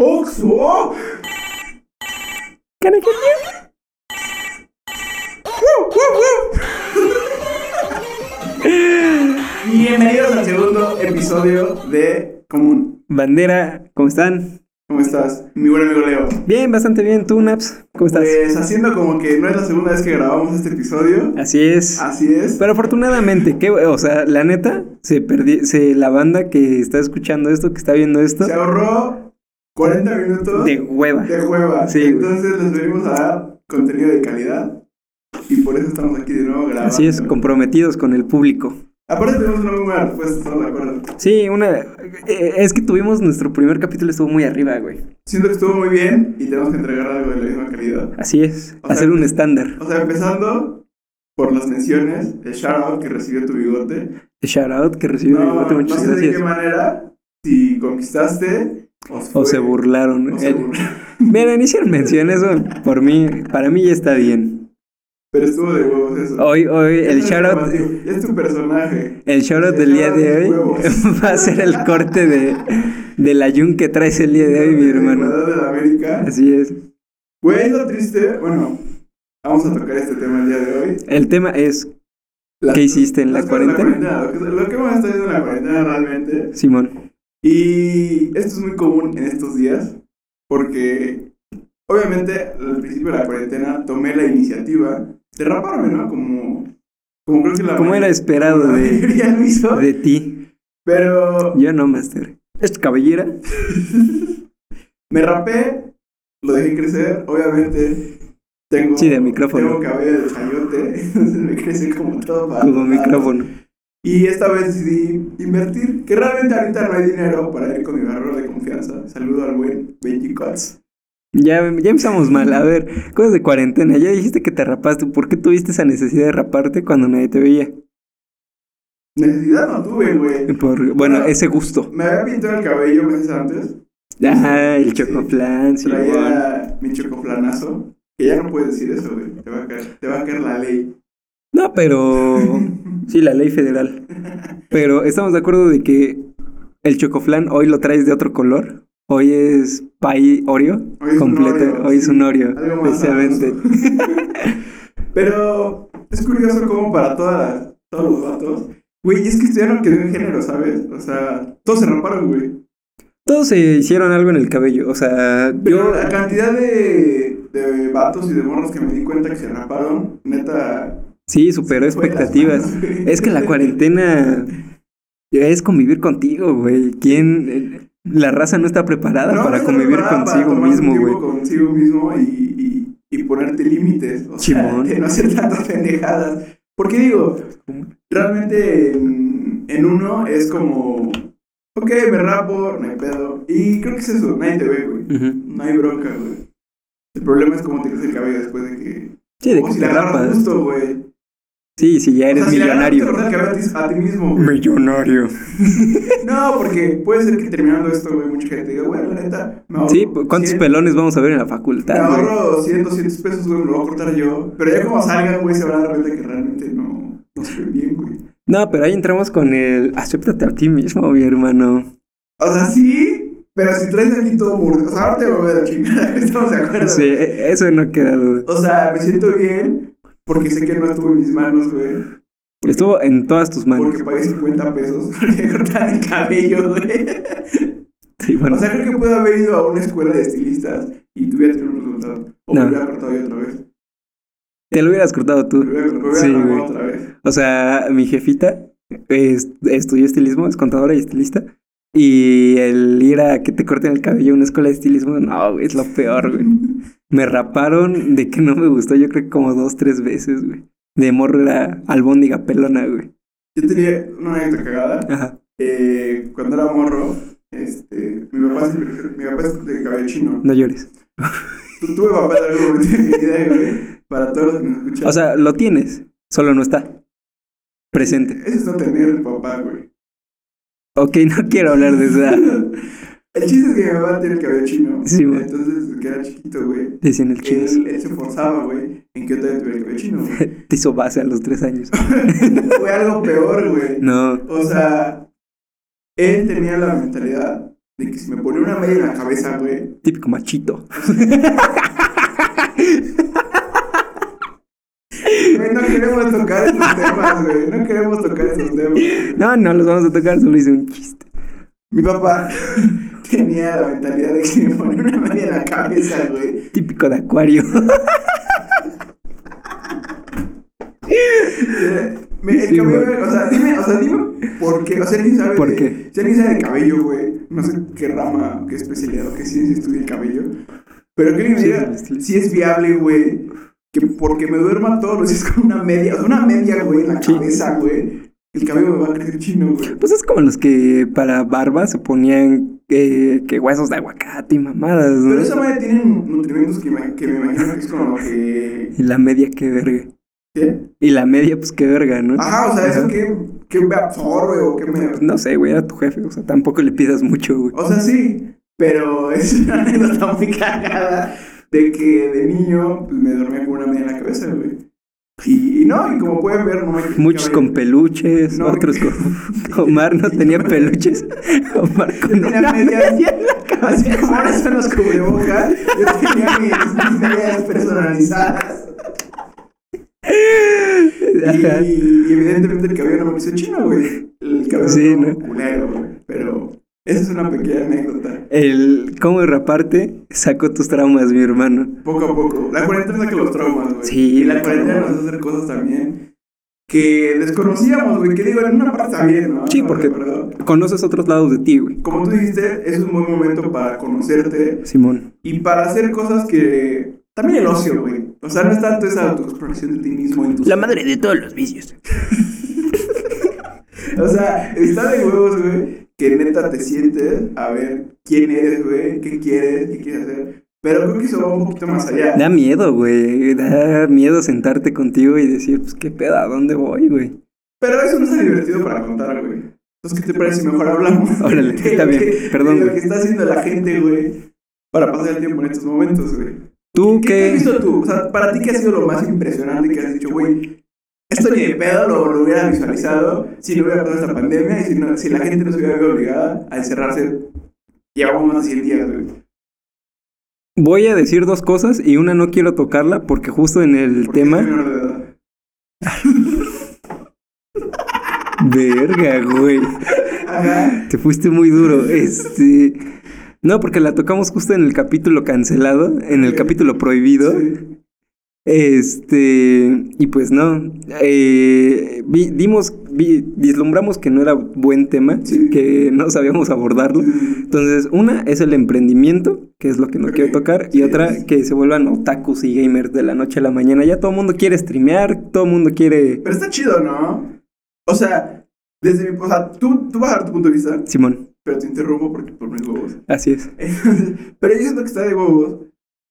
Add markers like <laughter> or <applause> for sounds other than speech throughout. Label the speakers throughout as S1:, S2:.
S1: Oxmo.
S2: Can I get you?
S1: Bienvenidos al segundo episodio de Común.
S2: Bandera, ¿cómo están?
S1: ¿Cómo estás? Mi buen amigo Leo.
S2: Bien, bastante bien. ¿Tú, Naps? ¿Cómo estás?
S1: Pues haciendo como que no es la segunda vez que grabamos este episodio.
S2: Así es.
S1: Así es.
S2: Pero afortunadamente, que, o sea, la neta, se perdi- se, la banda que está escuchando esto, que está viendo esto,
S1: Se ahorró 40 minutos
S2: de
S1: de,
S2: hueva.
S1: hueva.
S2: Sí, güey.
S1: Entonces les venimos a dar contenido de calidad. Y por eso estamos aquí de nuevo grabando.
S2: Así es, comprometidos con el público.
S1: Aparte tenemos una muy buena respuesta, estamos de acuerdo.
S2: Sí, una... eh, Es que tuvimos nuestro primer capítulo, estuvo muy arriba, güey.
S1: Siento que estuvo muy bien y tenemos que entregar algo de la misma calidad.
S2: Así es,
S1: O sea,
S2: hacer un estándar.
S1: O sea, empezando por las menciones, el shout-out que recibió tu bigote.
S2: Shout out que recibió mi
S1: No,
S2: bote,
S1: no
S2: muchas
S1: sé de qué
S2: gracias.
S1: manera, si conquistaste o,
S2: O
S1: fue-
S2: se burlaron.
S1: o se
S2: Eh,
S1: burló.
S2: Miren, hicieron mención eso por mí, para mí ya está bien.
S1: Pero estuvo de huevos eso.
S2: Hoy, hoy, Oh, el
S1: Eso es
S2: shoutout,
S1: llamativo, Es tu personaje.
S2: el shoutout
S1: el
S2: del día
S1: shoutout
S2: de
S1: de
S2: hoy
S1: huevos.
S2: <laughs> va a ser el corte de, del ayun que traes el día de hoy, mi hermano.
S1: Igualdad de la América.
S2: Así es.
S1: Güey, lo triste, bueno, vamos a tocar este tema el día de hoy.
S2: El tema es,
S1: Las-
S2: ¿qué hiciste en la
S1: las cosas de
S2: cuarentena?
S1: Lo que, lo que hemos estado haciendo en la cuarentena realmente.
S2: Simón,
S1: Y esto es muy común en estos días, porque obviamente al principio de la cuarentena tomé la iniciativa de raparme, ¿no? Como, como creo que la
S2: ¿cómo era
S1: mayoría- <laughs>
S2: esperado
S1: la
S2: de,
S1: mayoría lo hizo,
S2: de ti?
S1: pero
S2: Yo no, Master. ¿Es cabellera?
S1: me rapé, lo dejé crecer, obviamente tengo,
S2: Sí, de micrófono.
S1: tengo cabello de chayote, <laughs> entonces me crece como todo para
S2: Como micrófono.
S1: Y esta vez decidí invertir, que realmente ahorita no hay dinero para ir con mi barro de confianza. Saludo al buen Benji Cots.
S2: Ya, ya empezamos mal. A ver, cosas de cuarentena. Ya dijiste que te rapaste. ¿Por qué tuviste esa necesidad de raparte cuando nadie te veía?
S1: Necesidad no tuve, güey.
S2: Por, bueno, ese gusto.
S1: Me había pintado el cabello meses antes.
S2: Ah, el chocoflan, sí, bueno.
S1: Traía mi chocoplanazo. Que ya no puedes decir eso, güey. Te va a caer, te va a caer la ley.
S2: No, pero.
S1: <laughs>
S2: Sí, la ley federal. Pero estamos de acuerdo de que el chocoflan hoy lo traes de otro color. Hoy es pay Oreo
S1: Hoy es un
S2: completo.
S1: Oreo,
S2: hoy es
S1: sí.
S2: un Oreo,
S1: Algo más
S2: precisamente.
S1: <laughs> Pero es curioso como para todas las- todos los vatos. Güey, es que estudiaron que de un género, ¿sabes? O sea, todos se raparon, güey.
S2: Todos se hicieron algo en el cabello. O sea,
S1: Pero
S2: yo.
S1: la cantidad de, de vatos y de morros que me di cuenta que se raparon, neta.
S2: Sí,
S1: fue
S2: superó
S1: de las
S2: expectativas.
S1: manos, güey.
S2: Es
S1: <laughs>
S2: que la cuarentena es convivir contigo, güey. ¿Quién? La raza no está preparada
S1: No,
S2: para
S1: no
S2: convivir
S1: preparada para
S2: consigo
S1: tomar
S2: mismo,
S1: tiempo
S2: güey.
S1: Consigo mismo y, y, y ponerte límites. O sea,
S2: Simón.
S1: de no hacer tantas pendejadas. Porque digo, realmente en, en uno es como, ok, me rapo, no hay pedo. Y creo que es eso, nadie te ve, güey.
S2: Ujú.
S1: No hay bronca, güey. El problema es cómo te crece el cabello después de que.
S2: Sí, de
S1: o
S2: que
S1: si
S2: te
S1: le agarras
S2: rapas.
S1: gusto, güey.
S2: Sí, si ya eres
S1: O sea, si le agarras
S2: millonario.
S1: gusto a cortar el cabello a ti- a ti mismo,
S2: <laughs>
S1: güey.
S2: Millonario.
S1: No, porque puede ser que terminando esto, güey, mucha gente diga, güey, la neta, me ahorro
S2: Sí, pues, ¿cuántos
S1: 100,
S2: pelones vamos a ver en la
S1: Me
S2: facultad, güey?
S1: ahorro 100, 200 pesos, güey, me lo voy a cortar yo. Pero ya como salga, güey, se van a dar cuenta que realmente no, no se ve bien, güey.
S2: No, pero ahí entramos con el acéptate a ti mismo, mi hermano.
S1: O sea, sí, pero si traes aquí todo murido, o sea, ahora te voy a ver aquí, <laughs> estamos de acuerdo.
S2: Sí, e- eso no queda duda.
S1: O sea, me siento bien porque sé que no estuvo en mis manos, güey.
S2: Estuvo en todas tus manos.
S1: Porque pagué 50 pesos <laughs> porque cortar el cabello, güey.
S2: Sí, bueno.
S1: O sea, creo que puedo haber ido a una escuela de estilistas y tuviera tenido un resultado. O
S2: No.
S1: me hubiera cortado yo otra vez.
S2: Te lo hubieras cortado
S1: Me
S2: tú.
S1: hubiera, me hubiera
S2: Sí,
S1: rapado
S2: güey.
S1: otra vez. <laughs>
S2: O sea, mi jefita es- estudió estilismo, es contadora y estilista. Y el ir a que te corten el cabello a una escuela de estilismo, no, güey, es lo peor, güey. Me raparon de que no me gustó, yo creo que como dos, tres veces, güey. De morro era albóndiga pelona, güey.
S1: Yo tenía una anécdota cagada.
S2: Ajá.
S1: Eh, cuando era morro, este, mi papá siempre, mi papá es de cabello chino.
S2: No llores.
S1: Tu- Tuve papá en algún momento de mi vida, güey, para todos los que nos escuchan.
S2: O sea, lo tienes, solo no está. Presente.
S1: eso es no tener papá, güey.
S2: Ok, <laughs> no quiero hablar de esa.
S1: <laughs> El chiste es que mi papá tiene el cabello chino.
S2: Sí, güey.
S1: Entonces, desde que era chiquito, güey,
S2: Decían el chino.
S1: él, él se forzaba, güey, en que yo también tuviera el cabello chino.
S2: <laughs>
S1: güey.
S2: Te hizo base a los tres años.
S1: Fue algo peor, güey.
S2: No.
S1: O sea, él tenía la mentalidad de que si me ponía una media en la cabeza, güey.
S2: Típico machito.
S1: güey, No queremos tocar esos temas, güey. No queremos tocar esos temas.
S2: No, no los vamos a tocar, solo hice un chiste.
S1: Mi papá <laughs> tenía la mentalidad de que me ponía una media en la cabeza, güey.
S2: Típico de acuario. <laughs>
S1: Me, el
S2: Sí,
S1: cabello,
S2: güey.
S1: o sea, dime, o sea, dime por qué. O sea, alguien sabe.
S2: ¿Por
S1: de-
S2: qué?
S1: Si alguien sabe de cabello, güey. No sé qué rama, qué especialidad o qué ciencia estudia el cabello. Pero que alguien me
S2: Sí,
S1: diga
S2: el estilo.
S1: si es viable, güey. Que porque me duerma todos los días con una media, o sea, una media, güey, en la
S2: Sí.
S1: cabeza, güey. El cabello me va a crecer chino, güey.
S2: Pues es como los que para barba se ponían eh, que huesos de aguacate y mamadas, ¿no?
S1: Pero esa madre tiene nutrimentos que me, que me imagino que es como lo que.
S2: Y la media, qué verga.
S1: ¿Qué?
S2: Y la media, pues qué verga, ¿no?
S1: Ajá, o sea, eso
S2: Ajá.
S1: que, que me absorbe o que me.
S2: Pues no sé, güey, era tu jefe, o sea, tampoco le pidas mucho, güey.
S1: O sea, sí, pero <laughs> es una anécdota muy cagada de que de niño pues, me dormía con una media en la cabeza, güey. Y, y no, y como pueden ver, no me quité el
S2: Muchos
S1: cabello. <laughs>
S2: con peluches,
S1: No,
S2: otros
S1: <laughs>
S2: con... Omar no tenía peluches, Omar con
S1: Yo tenía
S2: una <laughs>
S1: medias.
S2: media en la
S1: Así
S2: cabeza.
S1: como ahora son los cubrebocas, yo tenía mis, mis medias personalizadas.
S2: Ajá.
S1: Y, y evidentemente el cabello no me hizo chino, güey. El cabello
S2: Sí,
S1: fue
S2: ¿no?
S1: un culero, güey. Pero esa es una pequeña anécdota.
S2: El cómo raparte sacó tus traumas, mi hermano.
S1: Poco a poco. La cuarentena saca los traumas, güey.
S2: Sí,
S1: Y la
S2: cabrón.
S1: cuarentena nos hace hacer cosas también que desconocíamos, güey. Que digo, en una parte está bien, ¿no?
S2: Sí,
S1: No
S2: porque-
S1: recuerdo.
S2: Conoces otros lados de ti, güey.
S1: Como tú dijiste, es un buen momento para conocerte
S2: Simón.
S1: y para hacer cosas que. También el ocio, güey. O sea, no es tanto esa autoexploración de ti mismo en tus.
S2: madre de todos los vicios.
S1: <laughs> O sea, está de huevos, güey. Que neta te sientes a ver quién eres, güey, qué quieres, qué quieres hacer. Pero creo que eso va un poquito más allá.
S2: Da miedo, güey. Da miedo sentarte contigo y decir, pues qué peda, ¿a dónde voy, güey?
S1: Pero eso no está divertido para contar, güey. Entonces, ¿qué te parece si mejor hablamos?
S2: Órale,
S1: <laughs> de
S2: está
S1: lo
S2: bien.
S1: que-
S2: Perdón,
S1: de lo
S2: güey.
S1: que está haciendo la gente, güey, para pasar el tiempo en estos momentos, güey.
S2: Tú
S1: ¿Qué has
S2: que...
S1: visto tú? O sea, para ti, ¿qué ha sido lo más impresionante que has dicho, güey? Esto ni de pedo lo, lo hubiera visualizado si no hubiera pasado esta pandemia y si, no- si la gente no se hubiera visto obligada a encerrarse. Llevamos más de 100 días, güey.
S2: Voy a decir dos cosas y una no quiero tocarla porque justo en el
S1: Porque
S2: tema...
S1: soy menor de edad.
S2: Verga, güey.
S1: Ajá.
S2: Te fuiste
S1: <laughs>
S2: muy duro. Este... No, porque la tocamos justo en el capítulo cancelado, en el capítulo prohibido.
S1: Sí.
S2: Este, y pues no, eh, vi- dimos, vi- vislumbramos que no era buen tema,
S1: Sí.
S2: que no sabíamos abordarlo. Entonces, una es el emprendimiento, que es lo que no
S1: Ok,
S2: quiero tocar,
S1: sí,
S2: y otra
S1: sí.
S2: que se vuelvan otakus y gamers de la noche a la mañana. Ya todo el mundo quiere streamear, todo el mundo quiere...
S1: Pero está chido, ¿no? O sea, desde mi. O sea, tú, tú vas a dar tu punto de vista,
S2: Simón,
S1: pero te interrumpo porque, por mis huevos.
S2: así es.
S1: pero yo siento que está de huevos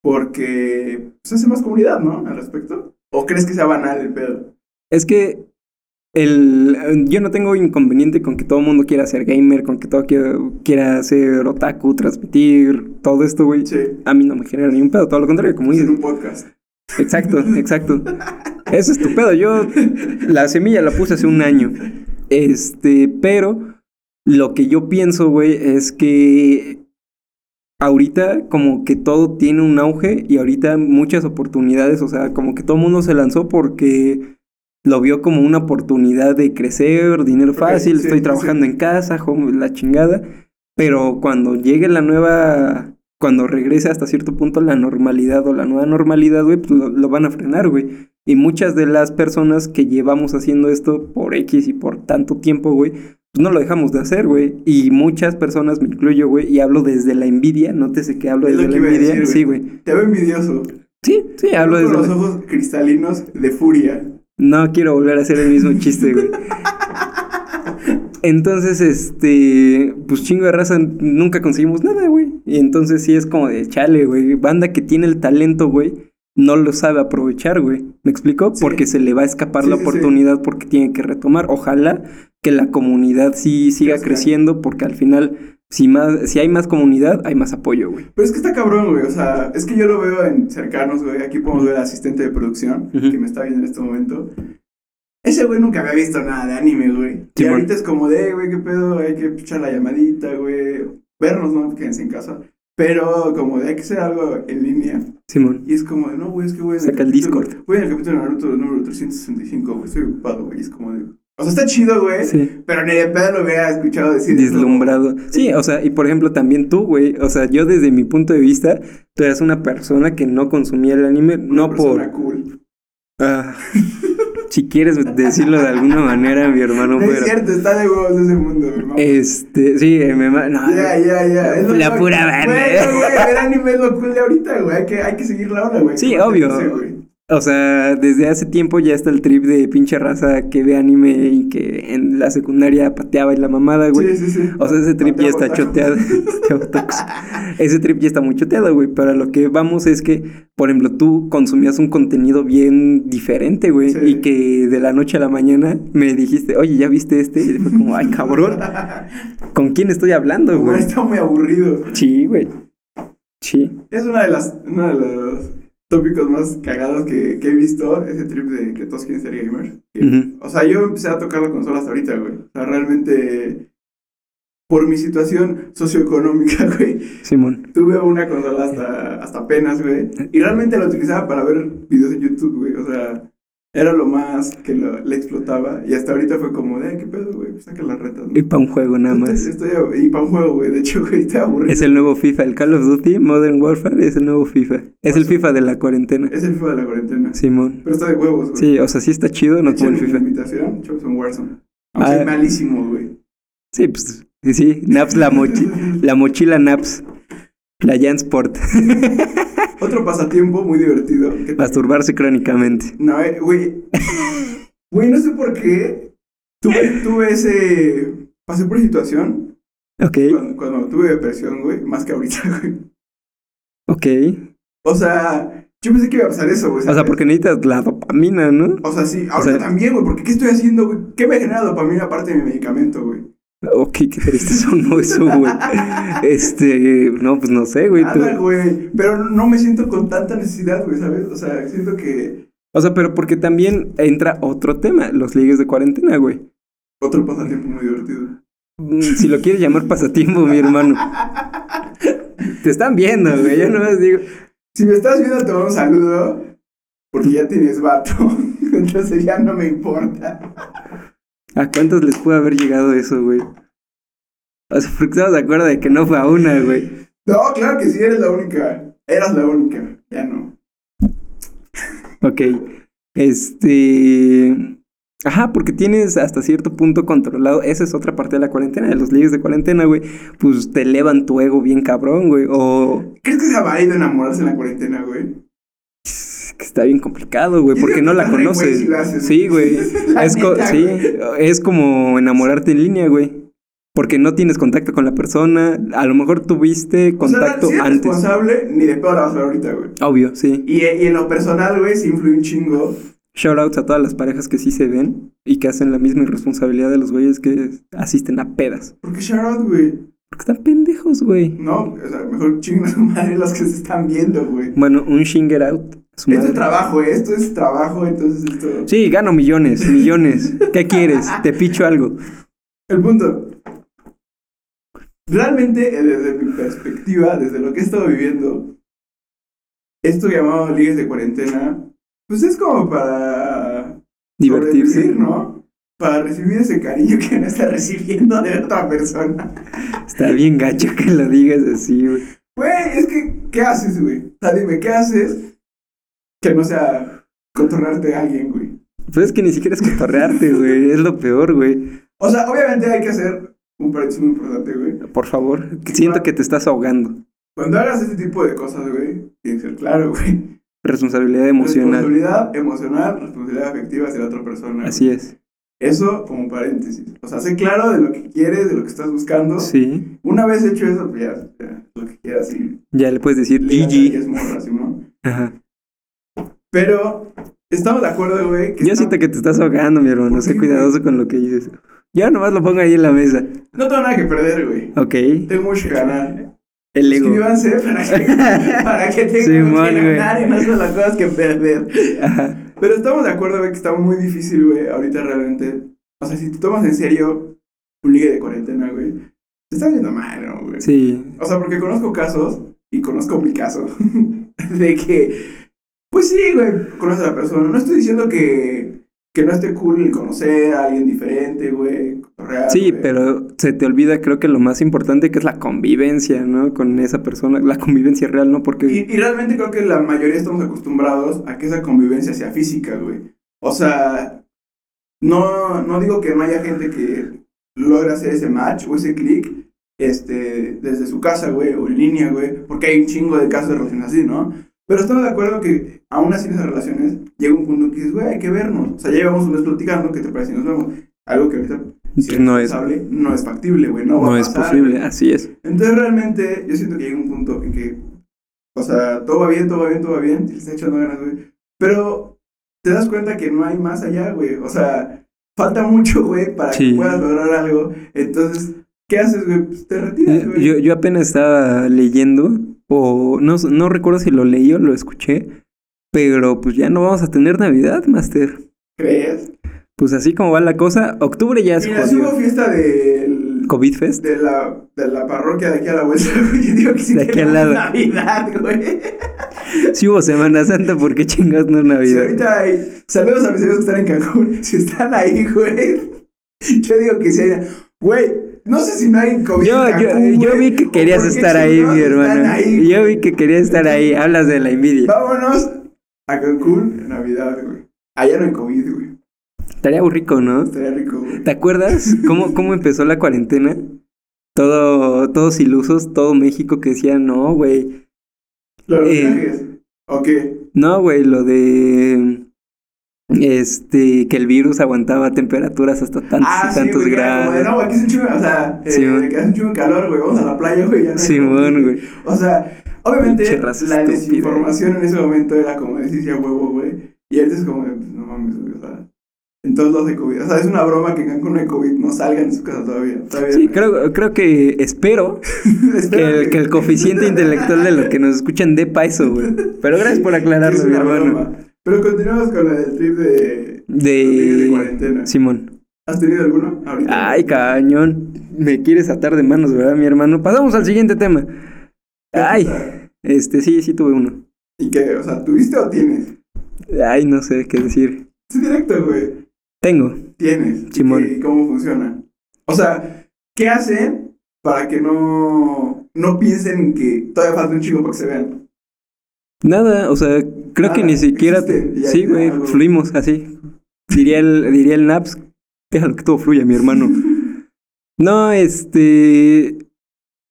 S1: porque se hace más comunidad, ¿no? Al respecto. ¿O crees que sea banal el pedo?
S2: Es que el, yo no tengo inconveniente con que todo el mundo quiera ser gamer, con que todo quiera, quiera ser otaku, transmitir, todo esto, güey.
S1: Sí.
S2: A mí no me genera ningún pedo, todo lo contrario, como
S1: En
S2: dices.
S1: un podcast.
S2: Exacto, exacto. Eso es tu pedo. Yo la semilla la puse hace un año. Este, pero lo que yo pienso, güey, es que ahorita como que todo tiene un auge y ahorita muchas oportunidades, o sea, como que todo el mundo se lanzó porque lo vio como una oportunidad de crecer, dinero
S1: Ok,
S2: fácil,
S1: sí,
S2: estoy
S1: sí,
S2: trabajando en casa, home, la chingada. Pero cuando llegue la nueva, cuando regrese hasta cierto punto la normalidad o la nueva normalidad, güey, pues lo, lo van a frenar, güey. Y muchas de las personas que llevamos haciendo esto por X y por tanto tiempo, güey, pues no lo dejamos de hacer, güey. Y muchas personas, me incluyo, güey, y hablo desde la envidia, nótese que hablo
S1: Es lo
S2: desde la
S1: que iba a
S2: envidia.
S1: decir,
S2: sí, güey.
S1: Te veo envidioso.
S2: Sí, sí, hablo
S1: Con
S2: desde
S1: los
S2: la...
S1: ojos cristalinos de furia.
S2: No quiero volver a hacer el mismo chiste, güey. Entonces, este, pues chingo de raza, nunca conseguimos nada, güey. Y entonces sí es como de chale, güey. Banda que tiene el talento, güey, no lo sabe aprovechar, güey. ¿Me explico?
S1: Sí.
S2: Porque se le va a escapar
S1: Sí,
S2: la
S1: sí, sí.
S2: oportunidad porque tiene que retomar. Ojalá que la comunidad sí siga
S1: Crezca.
S2: creciendo porque al final, si, más, si hay más comunidad, hay más apoyo, güey.
S1: Pero es que está cabrón, güey. O sea, es que yo lo veo en cercanos, güey. Aquí podemos ver al asistente de producción
S2: Ujú.
S1: que me está viendo en este momento. Ese güey nunca había visto nada de anime, güey. y
S2: Simón.
S1: ahorita es como de, "Ey, güey, qué pedo, hay que echar la llamadita, güey. vernos, no quédense en casa. Pero como de hay que hacer algo en línea.
S2: Simón.
S1: Y es como de, no, güey, es que güey. en
S2: Saca el
S1: capítulo-
S2: Discord.
S1: Güey, en el capítulo de Naruto número 365, güey, estoy ocupado, güey. Es como de. O sea, está chido, güey.
S2: Sí.
S1: Pero ni de pedo lo hubiera escuchado decir. eso.
S2: Deslumbrado. Sí, o sea, y por ejemplo, también tú, güey. O sea, yo desde mi punto de vista, tú eras una persona que no consumía el anime,
S1: Una
S2: no por.
S1: persona Cool.
S2: Ah, <laughs> si quieres decirlo de alguna manera, mi hermano,
S1: No, es
S2: pero.
S1: cierto, está de huevos ese mundo, hermano.
S2: Este, sí, eh, me ma- no,
S1: Ya, ya, ya. Es lo
S2: La
S1: cool.
S2: pura banda,
S1: Güey,
S2: eh.
S1: güey,
S2: <laughs>
S1: el anime es lo cool de ahorita, güey. Hay que, hay que seguir la ola, güey.
S2: Sí,
S1: ¿Cómo te
S2: obvio.
S1: dice, güey?
S2: O sea, desde hace tiempo ya está el trip de pinche raza que ve anime y que en la secundaria pateaba y la mamada, güey.
S1: Sí, sí, sí.
S2: O sea, ese trip ya está
S1: <laughs>
S2: choteado. Pateaba tacos. ese trip ya está muy choteado, güey. Pero a lo que vamos es que, por ejemplo, tú consumías un contenido bien diferente, güey.
S1: Sí.
S2: Y que de la noche a la mañana me dijiste, oye, ¿ya viste este? Y fue como, ay, cabrón, ¿con quién estoy hablando,
S1: Güey,
S2: güey?
S1: está muy aburrido.
S2: Sí, güey. Sí.
S1: Es una de las, uno de los tópicos más cagados que, que he visto, ese trip de que todos quieren ser gamers. Que-
S2: Ujú.
S1: O sea, yo empecé a tocar la consola hasta ahorita, güey. O sea, realmente, por mi situación socioeconómica, <laughs> güey,
S2: Simón.
S1: tuve una consola hasta, hasta apenas, güey. Y realmente la utilizaba para ver videos en YouTube, güey. O sea, era lo más que lo- le explotaba. Y hasta ahorita fue como, de, "Ay, ¿qué pedo, güey? Saca las retas, ¿no?
S2: Y para un juego nada más.
S1: Entonces, estoy- y para un juego, güey. De hecho, <laughs> güey, está aburrido.
S2: Es el nuevo FIFA, el Call of Duty Modern Warfare es el nuevo FIFA. Es el FIFA de la cuarentena.
S1: Es el FIFA de la cuarentena.
S2: Simón.
S1: Pero está de huevos, güey.
S2: Sí, o sea, sí está chido, no como el
S1: Échenle una
S2: FIFA.
S1: invitación, chavos, en Warzone. Aunque soy
S2: Ah.
S1: malísimo, güey.
S2: Sí, pues sí, sí, Naps la, mochi- la mochila Naps. La Jansport.
S1: Otro pasatiempo muy divertido. que-
S2: <laughs> Masturbarse crónicamente.
S1: No, eh, güey.
S2: <laughs>
S1: Güey, no sé por qué. Tuve, tuve ese. Pasé por situación
S2: Ok,
S1: cuando, cuando tuve depresión, güey. Más que ahorita, <laughs> güey.
S2: ok.
S1: O sea, yo pensé que iba a pasar eso, güey.
S2: O sea,
S1: ¿sabes?
S2: porque necesitas la dopamina, ¿no?
S1: O sea, sí, ahorita
S2: sea-
S1: también, güey. Porque ¿qué estoy haciendo, güey? ¿Qué me genera dopamina aparte de mi medicamento, güey?
S2: Ok, qué triste sonó eso, güey. Este, no, pues no sé, güey. tú-
S1: Nada, güey. Pero no me siento con tanta necesidad, güey, ¿sabes? O sea, siento que.
S2: O sea, pero porque también entra otro tema, los ligues de cuarentena, güey.
S1: Otro pasatiempo muy divertido.
S2: Mm, Si lo quieres llamar pasatiempo, mi hermano. Te están viendo, güey. Yo nomás digo.
S1: Si me estás viendo, te mando un saludo. Porque ya tienes vato. <laughs> Entonces ya no me importa.
S2: ¿A cuántos les pudo haber llegado eso, güey? O sea, porque estamos de acuerdo de que no fue a una, güey.
S1: No, claro que sí, eres la única. Eras la única. Ya no.
S2: Ok. Este. Ajá, porque tienes hasta cierto punto controlado. Esa es otra parte de la cuarentena, de los ligues de cuarentena, güey. Pues te elevan tu ego bien cabrón, güey. O.
S1: ¿Crees que sea válido enamorarse en la cuarentena, güey?
S2: que está bien complicado, güey,
S1: Yo
S2: porque
S1: digo
S2: no
S1: que <laughs>
S2: la
S1: estás re güey
S2: conoces.
S1: si lo haces.
S2: Sí, güey.
S1: <laughs> La
S2: Es, co-
S1: neta,
S2: sí,
S1: güey.
S2: es como enamorarte en línea, güey. Porque no tienes contacto con la persona. A lo mejor tuviste
S1: O sea, pues,
S2: contacto
S1: si eres
S2: antes.
S1: responsable, ni de pedo la vas a ver ahorita, güey.
S2: Obvio, sí.
S1: Y, eh, y en lo personal, güey, sí influye un chingo.
S2: Shoutouts a todas las parejas que sí se ven y que hacen la misma irresponsabilidad de los güeyes que asisten a pedas.
S1: Porque shoutout, güey.
S2: Porque están pendejos, güey.
S1: No, o sea, mejor chingan a su madre los que se están viendo, güey.
S2: Bueno, un shinger out. a
S1: Esto
S2: su
S1: es
S2: madre.
S1: trabajo, eh, esto es trabajo, entonces esto.
S2: Sí, gano millones, millones.
S1: <laughs>
S2: ¿Qué quieres? Te picho algo.
S1: El punto. Realmente, eh, desde mi perspectiva, desde lo que he estado viviendo, esto llamado ligues de cuarentena, pues es como para
S2: Divertirse.
S1: sobrevivir, ¿no? Para recibir ese cariño que no está recibiendo de otra persona.
S2: Está bien gacho que lo digas así, güey.
S1: Güey, es que, ¿qué haces, güey? O sea, dime, ¿qué haces que no sea contornarte a alguien, güey?
S2: Pues es que ni siquiera es cotorrearte, güey. Es lo peor, güey.
S1: O sea, obviamente hay que hacer un paréntesis muy importante, güey.
S2: Por favor. Siento que te estás ahogando.
S1: Cuando hagas este tipo de cosas, güey, tiene que ser claro, güey.
S2: Responsabilidad emocional.
S1: Responsabilidad emocional, responsabilidad afectiva hacia la otra persona. güey.
S2: Así es.
S1: Eso como paréntesis. O sea, sé claro de lo que quieres, de lo que estás buscando.
S2: Sí.
S1: Una vez hecho eso, pues ya, ya, lo que quieras y
S2: Ya le puedes decir
S1: ligas a
S2: GG.
S1: diez morras, ¿sí, no?
S2: Ajá.
S1: Pero estamos de acuerdo, güey.
S2: Yo
S1: está-
S2: siento que te estás ahogando, mi hermano.
S1: ¿Por
S2: Sé
S1: qué,
S2: cuidadoso con lo que dices. Ya nomás lo pongo ahí en la mesa.
S1: No tengo nada que perder, güey.
S2: Ok.
S1: Tengo mucho que ganar.
S2: El ego.
S1: Suscríbanse para
S2: <laughs>
S1: que, para que tengan
S2: Simón,
S1: mucho que
S2: güey.
S1: ganar y no son las cosas que perder.
S2: Ajá.
S1: Pero estamos de acuerdo, güey, que está muy difícil, güey, ahorita realmente. O sea, si te tomas en serio un ligue de cuarentena, güey, Se está viendo mal, ¿no, güey?
S2: Sí.
S1: O sea, porque conozco casos, y conozco mi caso, <laughs> de que, pues sí, güey, conoces a la persona. No estoy diciendo que, que no esté cool el conocer a alguien diferente, güey. cotorrear,
S2: Sí,
S1: güey.
S2: pero se te olvida, creo que lo más importante que es la convivencia, ¿no? Con esa persona, la convivencia real, ¿no? Porque
S1: Y, y realmente creo que la mayoría estamos acostumbrados a que esa convivencia sea física, güey. O sea, no, no digo que no haya gente que logra hacer ese match o ese click este, desde su casa, güey, o en línea, güey, porque hay un chingo de casos de relaciones así, ¿no? Pero estamos de acuerdo que aún así en esas relaciones llega un punto en que dices, güey, hay que vernos. O sea, ya llevamos un mes platicando, ¿qué te parece si nos vemos? Algo que ahorita, si eres
S2: no es,
S1: responsable, no es factible, güey, no, va
S2: no
S1: a
S2: es
S1: pasar,
S2: posible, así es.
S1: entonces realmente yo siento que llega un punto en que, o sea, todo va bien, todo va bien, todo va bien, te está echando ganas, güey. Pero te das cuenta que no hay más allá, güey. O sea, falta mucho, güey, para
S2: Sí.
S1: que puedas lograr algo. Entonces, ¿qué haces, güey? Pues te retiras, güey.
S2: Eh, Yo, yo apenas estaba leyendo, o no, s- no recuerdo si lo leí o lo escuché, pero pues ya no vamos a tener Navidad, Master.
S1: ¿Crees?
S2: Pues así como va la cosa, octubre ya es
S1: Mira, si hubo
S2: jodido.
S1: fiesta del-
S2: COVID Fest.
S1: de la, de la parroquia de aquí a la vuelta, <laughs> güey. Yo digo que sí
S2: De aquí al
S1: tenemos
S2: lado.
S1: Navidad, güey.
S2: Si hubo Semana Santa, ¿por qué chingas no es
S1: Si
S2: Navidad?
S1: ahorita hay. Saludos a mis amigos que están en Cancún. <laughs> Si están ahí, güey. Yo digo que sí hay. Güey, no sé si no hay COVID.
S2: Yo,
S1: en
S2: yo,
S1: Cancún,
S2: yo
S1: güey,
S2: vi que
S1: o
S2: querías
S1: por qué
S2: estar ahí,
S1: chingados
S2: mi
S1: están
S2: hermano.
S1: ahí.
S2: Yo vi que querías estar ahí. Hablas de la envidia.
S1: Vámonos a Cancún en Navidad, güey. Allá no hay COVID, güey.
S2: Estaría rico, ¿no?
S1: Estaría rico, güey.
S2: ¿Te acuerdas cómo, cómo empezó la cuarentena? Todo, todos ilusos, todo México que decía, no, güey.
S1: Los
S2: Eh.
S1: viajes. Ok.
S2: No, güey, lo de... Este, que el virus aguantaba temperaturas hasta tantos
S1: Ah,
S2: y
S1: sí,
S2: tantos
S1: güey, que era como de,
S2: grados.
S1: No, güey, aquí es un chingo. O sea, eh,
S2: Simón.
S1: que hace un chingo de calor, güey. Vamos a la playa, güey. ya no hay
S2: Simón,
S1: COVID.
S2: güey.
S1: O sea, obviamente
S2: Pinche
S1: la
S2: raza estúpida.
S1: desinformación en ese momento era como decir sí, a huevo, güey. Y él es como, de, pues, no mames, güey, o sea, en todos lados hay COVID. O sea, es una broma que en Cancún no hay COVID, no salgan de su casa todavía. todavía
S2: Sí, creo, creo que espero que
S1: Espero
S2: el, que el coeficiente
S1: <laughs>
S2: intelectual de los que nos escuchan dé pa' eso, güey. Pero gracias por
S1: es
S2: aclararlo, mi
S1: una
S2: hermano.
S1: broma. Pero continuamos con la del trip de...
S2: Eh,
S1: Contigo de
S2: De
S1: cuarentena.
S2: Simón.
S1: ¿Has tenido alguno ahorita?
S2: Ay, cañón. Me quieres atar de manos, ¿verdad, mi hermano? Pasamos al siguiente tema. Ay, este, sí, sí tuve uno.
S1: ¿Y qué? O sea, ¿tuviste o tienes?
S2: Ay, no sé qué decir.
S1: Sí, directo, güey.
S2: Tengo.
S1: Tienes.
S2: Simón.
S1: ¿Y cómo funciona? O sea, ¿qué hacen para que no, no piensen que todavía falta un chico para que se vean?
S2: Nada, o sea, creo que
S1: Nada,
S2: ni siquiera.
S1: existe, y ahí
S2: Sí,
S1: está,
S2: güey,
S1: güey.
S2: fluimos así. Diría el, diría el Naps, déjalo que todo fluya,
S1: <laughs>
S2: mi hermano. No, este.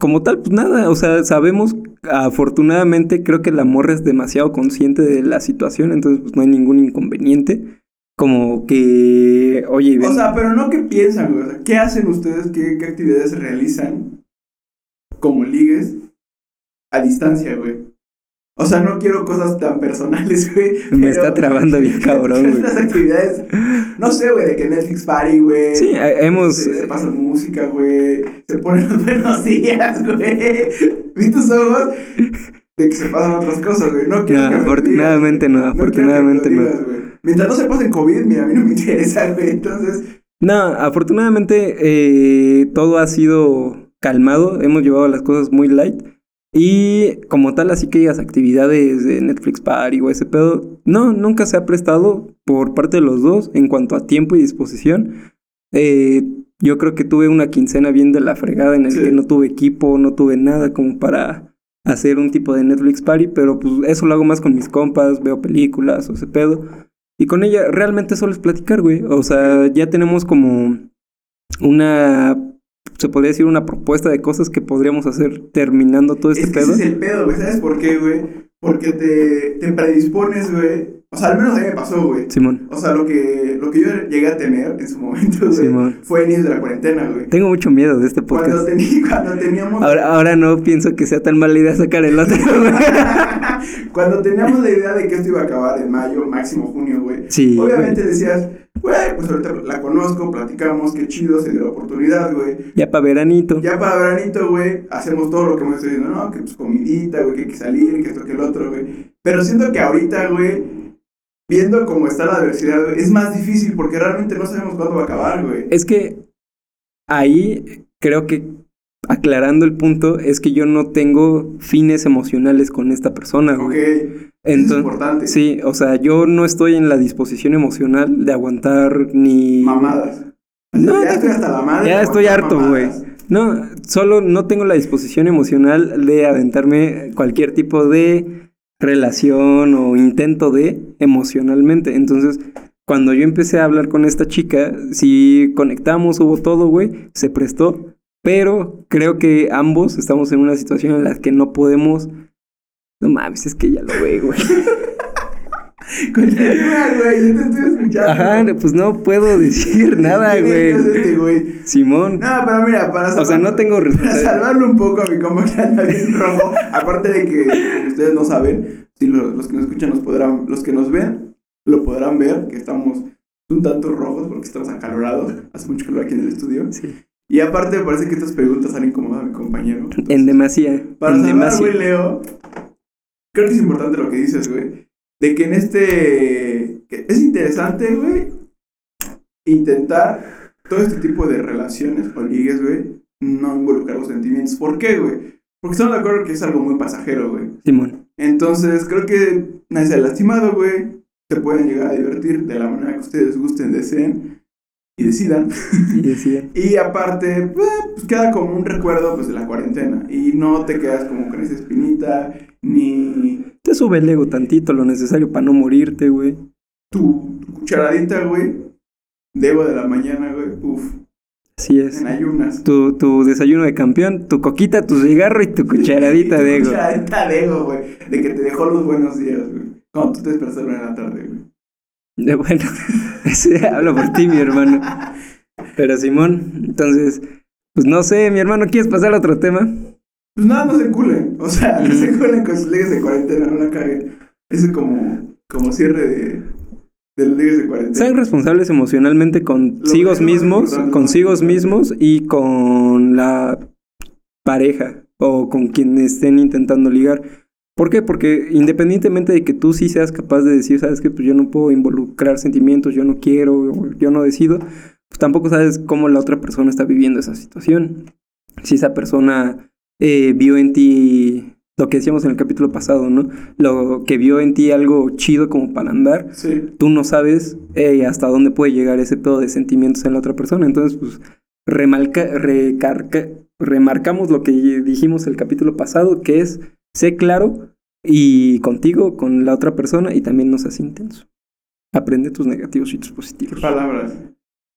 S2: Como tal, pues nada, o sea, sabemos, afortunadamente, creo que la morra es demasiado consciente de la situación, entonces, pues no hay ningún inconveniente. Como que, oye, ven-
S1: O sea, pero no qué piensan, güey. O sea, ¿Qué hacen ustedes? ¿Qué, qué actividades realizan como ligues a distancia, güey? O sea, no quiero cosas tan personales, <laughs> güey.
S2: me
S1: pero-
S2: está
S1: <laughs>
S2: trabando bien cabrón, güey.
S1: Estas actividades, no sé, güey, de que Netflix Party, güey.
S2: Sí, a- hemos.
S1: Este, Se, se pasa música, güey. Se ponen los buenos días, güey. <laughs> ¿Viste tus ojos? De que se pasan otras cosas, güey. No quiero.
S2: no,
S1: que me
S2: afortunadamente no,
S1: digas. No quiero que me lo
S2: afortunadamente no.
S1: digas, güey. Mientras no se pasen COVID, mira, a mí no me interesa, güey. Entonces,
S2: No, afortunadamente eh, todo ha sido calmado, hemos llevado las cosas muy light y como tal así que las actividades de Netflix Party o ese pedo, no, nunca se ha prestado por parte de los dos en cuanto a tiempo y disposición. Eh, yo creo que tuve una quincena bien de la fregada en el
S1: Sí.
S2: que no tuve equipo, no tuve nada como para hacer un tipo de Netflix Party, pero pues eso lo hago más con mis compas, veo películas o ese pedo. Y con ella realmente solo es platicar, güey. O sea, ya tenemos como una, se podría decir, una propuesta de cosas que podríamos hacer terminando todo este
S1: es que
S2: pedo.
S1: Ese es el pedo, güey. ¿Sabes por qué, güey? Porque te, te predispones, güey. O sea, al menos a mí me pasó, güey.
S2: Simón,
S1: O sea, lo que, lo que yo llegué a tener en su momento, güey,
S2: Simón.
S1: fue inicio de la cuarentena, güey.
S2: Tengo mucho miedo de este
S1: Cuando,
S2: podcast.
S1: teni- cuando teníamos...
S2: Ahora, ahora no pienso que sea tan mala idea sacar el otro. <laughs>
S1: <laughs> cuando teníamos la idea de que esto iba a acabar en mayo, máximo junio, güey.
S2: sí. güey.
S1: Obviamente decías, güey, pues ahorita la conozco, platicamos, qué chido, se dio la oportunidad, güey.
S2: Ya para veranito.
S1: Ya para veranito, güey, hacemos todo lo que hemos estado diciendo, ¿no? Que pues comidita, güey, que hay que salir, que esto, que el otro, güey. Pero siento que ahorita, güey, viendo cómo está la adversidad, güey, es más difícil porque realmente no sabemos cuándo va a acabar, güey.
S2: Es que ahí creo que aclarando el punto, es que yo no tengo fines emocionales con esta persona,
S1: Ok,
S2: güey.
S1: eso es
S2: Entonces,
S1: importante.
S2: sí, o sea, yo no estoy en la disposición emocional de aguantar ni...
S1: Mamadas.
S2: No,
S1: ya estoy hasta la madre.
S2: ya
S1: de
S2: estoy
S1: aguantar
S2: harto, güey.
S1: mamadas.
S2: No, solo no tengo la disposición emocional de aventarme cualquier tipo de relación o intento de emocionalmente. Entonces, cuando yo empecé a hablar con esta chica, sí conectamos, hubo todo, güey, se prestó, pero creo que ambos estamos en una situación en la que no podemos... No mames, es que ya lo ve, güey.
S1: Continúa, güey, yo te estoy escuchando.
S2: <laughs> Ajá, pues no puedo <laughs> decir nada,
S1: Tiene que hacer
S2: güey.
S1: este güey.
S2: Simón.
S1: No, pero mira, para
S2: O sea, no
S1: <laughs>
S2: tengo
S1: Para salvarlo un poco a mi compa que anda bien rojo, aparte de que como ustedes no saben, si lo- los que nos escuchan nos podrán, los que nos ven, lo podrán ver, que estamos un tanto rojos porque estamos acalorados, hace mucho calor aquí en el estudio.
S2: Sí.
S1: Y aparte parece que estas preguntas han incomodado a mi compañero.
S2: En demasía.
S1: Para
S2: en
S1: salvar,
S2: demasía.
S1: güey, Leo, creo que es importante lo que dices, güey. De que en este. que es interesante, güey, intentar todo este tipo de relaciones o ligues, güey, no involucrar los sentimientos. ¿Por qué, güey? Porque estamos de acuerdo que es algo muy pasajero, güey.
S2: Simón.
S1: Entonces, creo que nadie se ha lastimado, güey. Se pueden llegar a divertir de la manera que ustedes gusten, deseen y decidan.
S2: Y decía,
S1: Y aparte, eh, pues queda como un recuerdo pues de la cuarentena. Y no te quedas como con esa espinita, ni
S2: te sube el ego tantito, lo necesario para no morirte, güey.
S1: tu, tu cucharadita, güey. De agua de la mañana, güey. Uf,
S2: Así es.
S1: en ayunas.
S2: Tu, tu desayuno de campeón, tu coquita, tu cigarro y tu cucharadita
S1: Tu
S2: de ego.
S1: Cucharadita de ego, güey. De que te dejó los buenos días, güey. Cuando tú te despertaste a la una de la tarde, güey.
S2: De bueno, <laughs> ese hablo por ti, mi hermano. Pero Simón, entonces, pues no sé, mi hermano, ¿quieres pasar a otro tema?
S1: Pues nada, no se culen. O sea, no se culen con sus ligues de cuarentena, no la caguen. Ese es como, como cierre de, de los ligues de cuarentena.
S2: Sean responsables emocionalmente
S1: Lo
S2: consigo
S1: que es más
S2: mismos,
S1: importante, ¿no?
S2: consigo mismos y con la pareja o con quien estén intentando ligar. ¿Por qué? Porque independientemente de que tú sí seas capaz de decir, sabes que pues yo no puedo involucrar sentimientos, yo no quiero, o yo no decido, pues tampoco sabes cómo la otra persona está viviendo esa situación. Si esa persona eh, vio en ti lo que decíamos en el capítulo pasado, ¿no? Lo que vio en ti algo chido como para andar,
S1: Sí.
S2: tú no sabes eh, hasta dónde puede llegar ese pedo de sentimientos en la otra persona. Entonces, pues, remarca, recarca- remarcamos lo que dijimos el capítulo pasado, que es, sé claro y contigo, con la otra persona, y también no seas intenso. Aprende tus negativos y tus
S1: Qué
S2: positivos.
S1: palabras.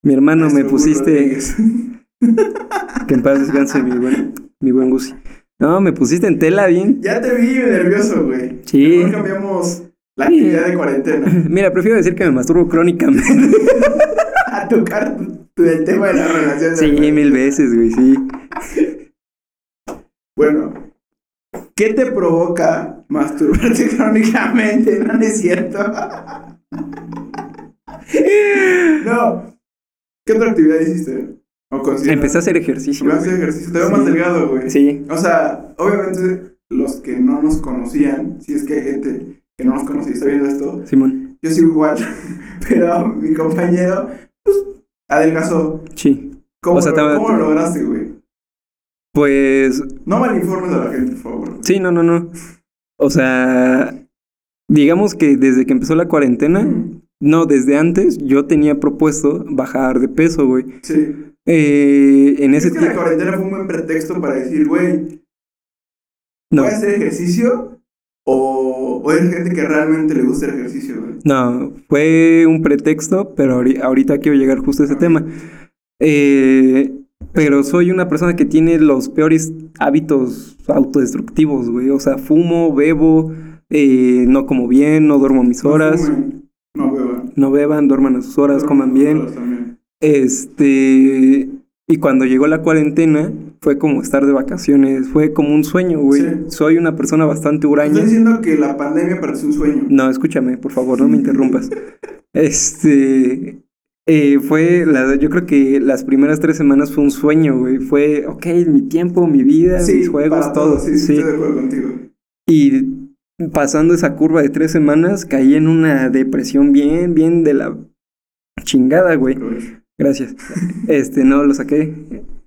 S2: Mi hermano, me
S1: Maestro Gus
S2: pusiste...
S1: Rodríguez.
S2: Que en paz descanse mi buen, mi buen Gusi. No, me pusiste en tela bien.
S1: Ya te vi nervioso, güey.
S2: Sí.
S1: Mejor cambiamos la actividad de
S2: <laughs>
S1: cuarentena
S2: Mira, prefiero decir que me masturbo crónicamente.
S1: a tocar tu- el tema de las relaciones.
S2: Sí,
S1: güey.
S2: mil veces, güey, sí.
S1: Bueno, ¿qué te provoca masturbarte <laughs> crónicamente? No, no es cierto. <laughs> no. ¿Qué otra actividad hiciste? ¿O consideras-
S2: Empecé a hacer ejercicio.
S1: Empecé a hacer ejercicio. Te veo más
S2: Sí.
S1: delgado, güey.
S2: Sí,
S1: O sea, obviamente los que no nos conocían, si es que hay gente que no nos conocía y está viendo esto,
S2: Simón.
S1: yo sigo igual, <laughs> pero mi compañero, pues, adelgazó.
S2: Sí.
S1: ¿Cómo,
S2: O sea,
S1: lo-
S2: te-
S1: cómo lo lograste, güey?
S2: Pues,
S1: No malinformes a la gente, por favor.
S2: sí, no, no, no. O sea, digamos que desde que empezó la cuarentena, no, desde antes, yo tenía propuesto bajar de peso, güey.
S1: Sí.
S2: Eh, en ese
S1: Es que la
S2: tiempo...
S1: cuarentena fue un buen pretexto para decir, güey,
S2: No,
S1: ¿voy a hacer ejercicio? O, o eres gente que realmente le gusta el ejercicio, güey.
S2: no, fue un pretexto, pero ahori- ahorita quiero llegar justo a ese tema. Eh, pero soy una persona que tiene los peores hábitos autodestructivos, güey. O sea, fumo, bebo, eh, no como bien, no duermo a mis
S1: No
S2: horas.
S1: fumen, No, beban.
S2: No beban, duerman a sus horas,
S1: No,
S2: coman bien.
S1: horas también.
S2: Este. Y cuando llegó la cuarentena, fue como estar de vacaciones. Fue como un sueño, güey.
S1: Sí.
S2: Soy una persona bastante huraña.
S1: Estoy diciendo que la pandemia parece un sueño.
S2: No, escúchame, por favor, no
S1: <laughs>
S2: me interrumpas. Este. eh, fue, la, yo creo que las primeras tres semanas fue un sueño, güey. Fue, ok, mi tiempo, mi vida, mis juegos,
S1: para
S2: todo.
S1: todos, Sí, sí, estoy de acuerdo contigo.
S2: Y pasando esa curva de tres semanas, caí en una depresión bien, bien de la chingada, güey.
S1: Pero, güey,
S2: Gracias. Este, no, lo saqué.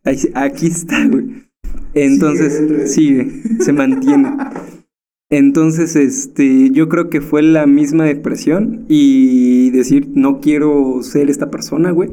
S2: Ahí sí- aquí está, güey. Entonces,
S1: dentro de ti.
S2: sigue, se mantiene. Entonces, este, yo creo que fue la misma depresión y decir, no quiero ser esta persona, güey.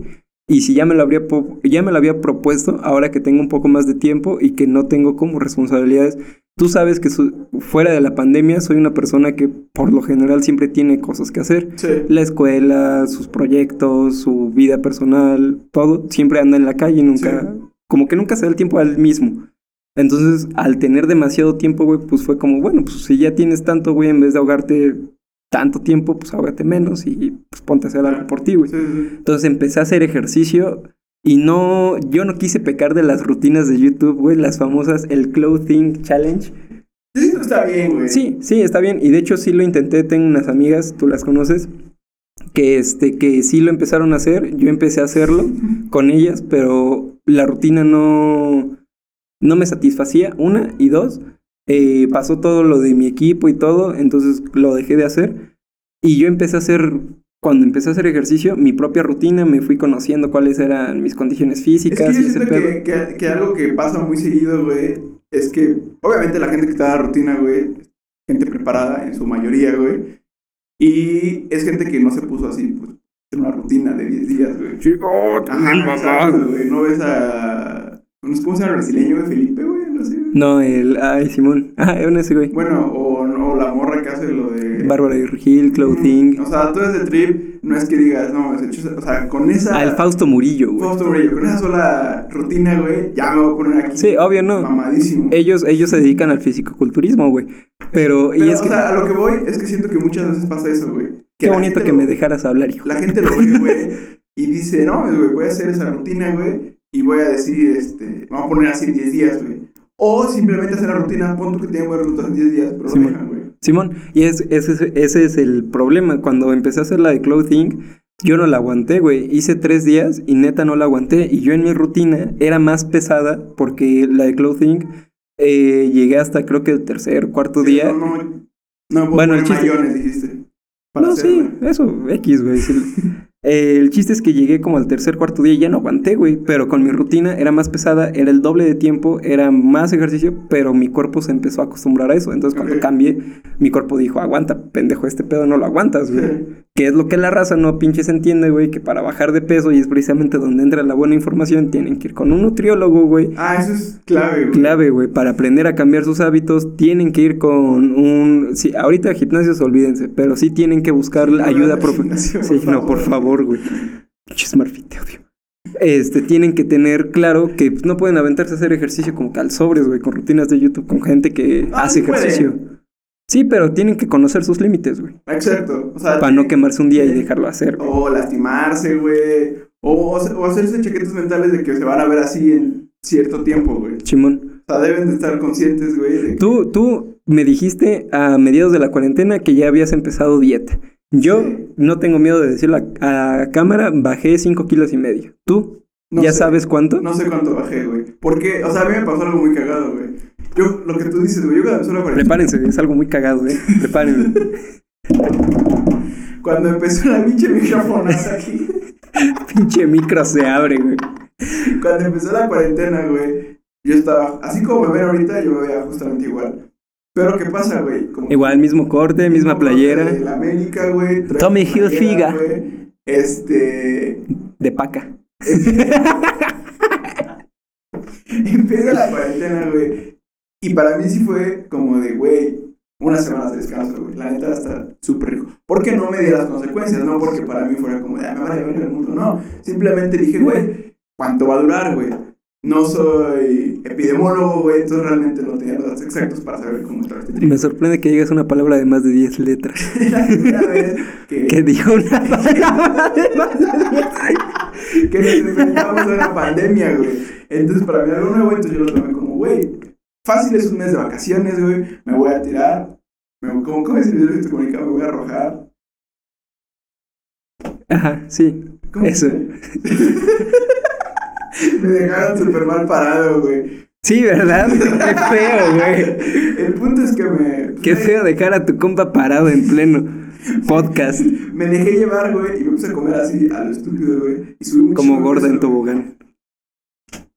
S2: Y si ya me lo habría po- ya me lo había propuesto, ahora que tengo un poco más de tiempo y que no tengo como responsabilidades, tú sabes que su- fuera de la pandemia soy una persona que por lo general siempre tiene cosas que hacer
S1: Sí.
S2: la escuela, sus proyectos, su vida personal, todo, siempre anda en la calle, nunca, como que nunca se da el tiempo al mismo. Entonces, al tener demasiado tiempo, güey, pues fue como, bueno, pues si ya tienes tanto, güey, en vez de ahogarte tanto tiempo, pues ahógate menos y pues ponte a hacer algo por ti, güey.
S1: Sí, sí,
S2: Entonces empecé a hacer ejercicio y no, yo no quise pecar de las rutinas de YouTube, güey, las famosas, el clothing challenge.
S1: sí. Sí, está bien, güey.
S2: Sí, sí, está bien. Y de hecho sí lo intenté, tengo unas amigas, tú las conoces, que, este, que sí lo empezaron a hacer, yo empecé a hacerlo con ellas, pero la rutina no, no me satisfacía, una, y dos, eh, pasó todo lo de mi equipo y todo, entonces lo dejé de hacer. Y yo empecé a hacer, cuando empecé a hacer ejercicio, mi propia rutina, me fui conociendo cuáles eran mis condiciones
S1: Es que
S2: físicas
S1: yo
S2: y ese
S1: siento
S2: pedo.
S1: que, que, que algo que pasa muy seguido, güey, es que obviamente la gente que está en la rutina, güey, gente preparada en su mayoría, güey, y es gente que no se puso así, pues, en una rutina de 10 días, güey. Ajá, exacto, güey, no ves a... no sé ¿Cómo se llama el brasileño, güey? Felipe, güey, no sé. güey.
S2: No, el, ay, Simón, <laughs> ah, ese güey.
S1: Bueno, o, o la morra que hace lo de... Mm,
S2: Bárbara Virgil, Clothing.
S1: O sea, todo ese trip no es que digas, no, es hecho- o sea, con esa...
S2: Al Fausto Murillo, güey.
S1: Fausto Murillo, con esa sola rutina, güey, ya me voy a poner aquí.
S2: Sí, obvio, no.
S1: Mamadísimo.
S2: Ellos, ellos se dedican al fisicoculturismo, güey. Pero, y
S1: Pero,
S2: es
S1: o
S2: que.
S1: sea, a lo que voy es que siento que muchas veces pasa eso, güey.
S2: Qué
S1: la
S2: bonito
S1: gente
S2: que
S1: lo-
S2: me dejaras hablar, hijo.
S1: La gente lo ve, güey, y dice, no, güey, voy a hacer esa rutina, güey, y voy a decir, este, vamos a poner así 10 días, güey. O simplemente hacer la rutina, pon tú que tiene buenos resultados en 10 días, pero
S2: Sí,
S1: lo
S2: man.
S1: dejan, güey.
S2: Simón, y es, ese, es- ese es el problema. Cuando empecé a hacer la de clothing, yo no la aguanté, güey. Hice tres días y neta no la aguanté. Y yo en mi rutina era más pesada porque la de clothing eh, llegué hasta creo que el tercer, cuarto
S1: Sí,
S2: día.
S1: No, no, no me puedo
S2: Bueno, el
S1: poner
S2: chiste-
S1: mayones, dijiste.
S2: No, sí,
S1: hacerla.
S2: eso, X, güey. sí. Eh, El chiste es que llegué como al tercer, cuarto día y ya no aguanté, güey. Pero con mi rutina era más pesada, era el doble de tiempo, era más ejercicio, pero mi cuerpo se empezó a acostumbrar a eso. Entonces cuando
S1: Ok.
S2: cambié, mi cuerpo dijo, aguanta, pendejo, este pedo no lo aguantas, güey.
S1: <laughs>
S2: Que es lo que la raza no pinches entiende, güey, que para bajar de peso, y es precisamente donde entra la buena información, tienen que ir con un nutriólogo, güey.
S1: Ah, eso es clave, güey.
S2: Clave, güey, para aprender a cambiar sus hábitos, tienen que ir con un... Sí, ahorita gimnasios, olvídense, pero sí tienen que buscar
S1: Sí, no
S2: ayuda
S1: vayan al
S2: profesional.
S1: gimnasio,
S2: Sí,
S1: por
S2: no, por
S1: favor.
S2: favor, güey. Pinche Smurfy, te odio. Este, tienen que tener claro que pues, no pueden aventarse a hacer ejercicio como calzobres, güey, con rutinas de YouTube, con gente que
S1: Ah,
S2: hace
S1: sí pueden.
S2: ejercicio. Sí, pero tienen que conocer sus límites, güey,
S1: Exacto. O sea,
S2: para no quemarse un día y dejarlo hacer. güey.
S1: O lastimarse, güey. O, o, o hacerse chaquetas mentales de que se van a ver así en cierto tiempo, güey.
S2: Chimón,
S1: O sea, deben de estar conscientes, güey. de que-
S2: tú, tú me dijiste a mediados de la cuarentena que ya habías empezado dieta. Yo
S1: Sí.
S2: no tengo miedo de decirlo a, a cámara, bajé 5 kilos y medio. ¿Tú?
S1: no
S2: ¿Ya
S1: sé,
S2: sabes cuánto?
S1: No sé cuánto bajé, güey. Porque, o sea, a mí me pasó algo muy cagado, güey. Yo, lo que tú dices, güey, yo cuando empezó la cuarentena.
S2: Prepárense, es algo muy cagado,
S1: <laughs>
S2: ¿eh? Prepárense.
S1: Cuando empezó la pinche microfonaza <laughs> aquí.
S2: Pinche micro se abre, güey.
S1: Cuando empezó la cuarentena, güey. Yo estaba, así como me ven ahorita, yo me veía justamente igual. Pero, ¿qué pasa, güey? Como
S2: Igual, mismo corte, misma
S1: De
S2: playera.
S1: la América, güey. traía
S2: Tommy
S1: playera,
S2: Hilfiger.
S1: güey, Este.
S2: De paca.
S1: Empieza la cuarentena, güey. Y para mí sí fue como de, güey, unas semanas de descanso, güey. La neta está súper rico. Porque no me di las consecuencias, no porque para mí fuera como de, ah, me vale ver el mundo. No, simplemente dije, güey, ¿cuánto va a durar, güey? No soy epidemiólogo, güey, entonces realmente no tenía los datos exactos para saber cómo estaba este trip. <laughs>
S2: Me sorprende que digas una palabra de más de 10 letras.
S1: la primera vez que,
S2: Que dijo una <laughs> palabra de más de 10
S1: que nos enfrentamos a una pandemia, güey. Entonces, para mí algo nuevo, entonces yo lo tomé como, güey, fácil es un mes de vacaciones, güey, me voy a tirar, me, como, ¿cómo es el video que te comunicaba? Me voy a arrojar.
S2: Ajá, sí.
S1: ¿Cómo
S2: Eso.
S1: <laughs> me dejaron súper mal parado, güey.
S2: Sí, ¿verdad? <laughs> Qué feo, güey.
S1: El punto es que me...
S2: Qué feo dejar a tu compa parado en pleno podcast.
S1: Me dejé llevar, güey, y me puse a comer así a lo estúpido, güey. Y subí un
S2: Como
S1: chingo de
S2: gorda en
S1: peso.
S2: tobogán.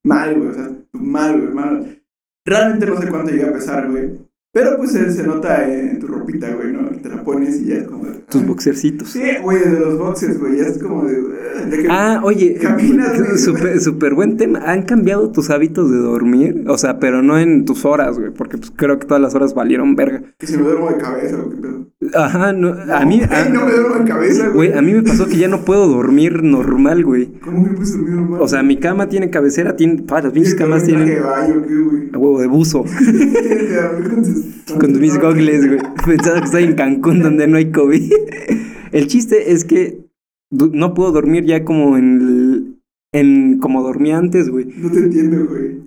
S1: Mal, güey, o sea, mal, güey, mal. Realmente no sé cuánto llega a pesar, güey. Pero pues se, se nota en tu ropita, güey, ¿no? Te la pones y ya es como. de-
S2: Tus boxercitos.
S1: Sí, güey, de los boxes, güey. Ya es como de. "Eh, de que-
S2: Ah, oye, <laughs>
S1: Caminas, güey.
S2: súper súper buen tema. ¿Han cambiado tus hábitos de dormir? O sea, pero no en tus horas, güey, porque pues, creo que todas las horas valieron verga.
S1: que si me duermo de cabeza, güey. qué pedo.
S2: Ajá, no, a mí... a-
S1: Ay, no me duermo de cabeza,
S2: ah. Güey, ah. a mí me pasó que ya no puedo dormir normal, güey.
S1: ¿Cómo que no puedes dormir normal?
S2: O sea, mi cama tiene cabecera, tiene... Ah, las pinches
S1: mis
S2: camas
S1: Que
S2: tienen...
S1: baño, ¿qué, güey?
S2: A huevo de buzo.
S1: Te dormí con tus-
S2: <laughs> Con mis gogles, güey. <laughs> Pensaba que estoy en Cancún donde no hay COVID. <laughs> El chiste es que du- no puedo dormir ya como en, el- en como dormía antes, güey.
S1: No te entiendo, güey.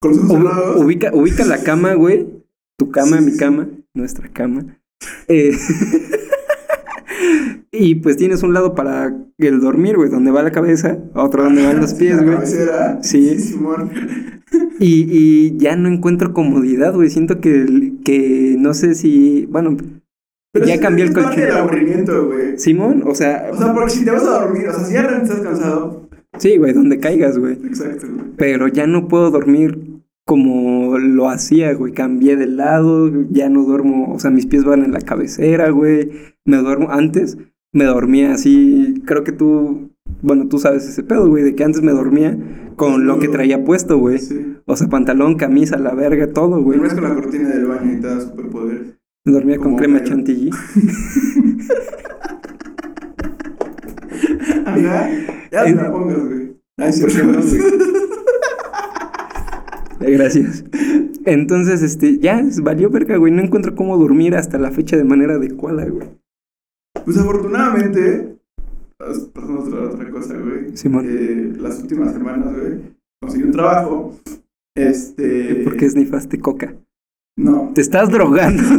S1: Con los ojos
S2: U-
S1: cerrados.
S2: Ubica, ubica la cama, güey. Tu cama,
S1: Sí,
S2: mi
S1: sí.
S2: cama, nuestra cama. Eh, <laughs> y pues tienes un lado para el dormir, güey, donde va la cabeza, otro donde van los pies,
S1: La
S2: güey.
S1: cabecera.
S2: Sí.
S1: Simón.
S2: Y, y ya no encuentro comodidad, güey. Siento que, que no sé si. Bueno,
S1: Pero
S2: ya
S1: sí,
S2: cambié el
S1: es parte
S2: colchón.
S1: del aburrimiento, güey.
S2: Simón, o sea,
S1: O sea, porque si te vas a dormir, o sea, si ya realmente estás cansado.
S2: sí, güey, donde caigas, güey.
S1: Exacto, güey.
S2: Pero ya no puedo dormir como lo hacía, güey. Cambié de lado, ya no duermo, o sea, mis pies van en la cabecera, güey. Me duermo antes, me dormía así, creo que tú, bueno, tú sabes ese pedo, güey, de que antes me dormía con lo que traía puesto, güey.
S1: Sí.
S2: O sea, pantalón, camisa, la verga, todo, güey.
S1: Duermes con la cortina del baño y te da superpoderes.
S2: Me dormía con
S1: Como
S2: crema
S1: Homero.
S2: chantilly.
S1: Ajá. <laughs> Ya te la pongas, güey. Ay, sí,
S2: no,
S1: sí.
S2: Eh, <laughs> Gracias. Entonces, este, ya es- valió verga, güey. No encuentro cómo dormir hasta la fecha de manera adecuada, güey.
S1: <laughs> Pues afortunadamente, as- pasando a otra, otra cosa, güey.
S2: Simón.
S1: Eh, las últimas semanas, güey, conseguí un trabajo. Este.
S2: Porque snifaste coca.
S1: No.
S2: Te estás drogando. <laughs>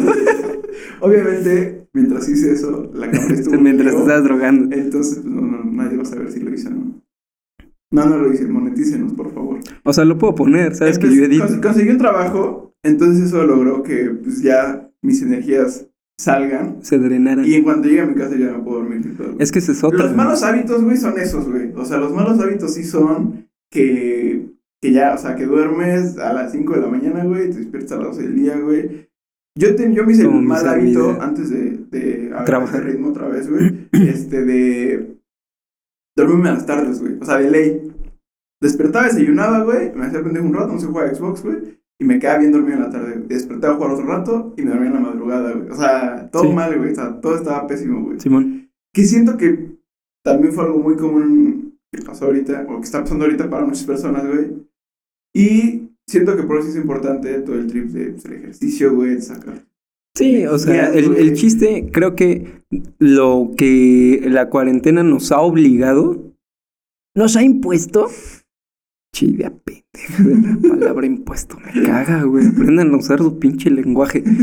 S1: Obviamente, mientras hice eso, la cámara <laughs> estuvo.
S2: Mientras te
S1: conmigo.
S2: estás drogando.
S1: Entonces, pues no, no, nadie va a saber si lo hice o no. No, no lo hice, monetícenos, por favor.
S2: O sea, lo puedo poner, ¿sabes? Que
S1: Empe-
S2: yo edito.
S1: cons- conseguí un trabajo, entonces eso logró que pues, ya mis energías salgan.
S2: Se drenaran.
S1: Y en cuanto llegue a mi casa ya no puedo dormir. ni pedo, güey.
S2: Es que ese es otro.
S1: Los malos hábitos, güey, son esos, güey. O sea, los malos hábitos sí son que, que ya, o sea, que duermes a las 5 de la mañana, güey, te despiertas a las 12 del día, güey. Yo, ten- yo me hice el
S2: Como mi
S1: mal
S2: servida.
S1: hábito antes de, de agarrar
S2: Trabajar.
S1: ese ritmo otra vez,
S2: <clears throat>
S1: güey. este, de dormirme a las tardes, güey. O sea, de ley. Despertaba, desayunaba, güey, me hacía pendejo un rato, no sé jugar a Xbox, güey. Y me quedaba bien dormido en la tarde. güey. Despertaba a jugar otro rato y me dormía en la madrugada, güey. O sea, todo
S2: Sí.
S1: mal, güey. O sea, todo estaba pésimo, güey
S2: Simón.
S1: que siento que también fue algo muy común que pasó ahorita, o que está pasando ahorita para muchas personas, güey. Y siento que por eso es importante todo el trip de pues, el ejercicio, güey, de sacar.
S2: Sí, o sea,
S1: Ya,
S2: el,
S1: güey.
S2: el chiste, creo que lo que la cuarentena nos ha obligado, nos ha impuesto. Chida pendeja de <laughs> la palabra impuesto. Me caga, güey. Aprendan a usar su pinche lenguaje.
S1: <laughs>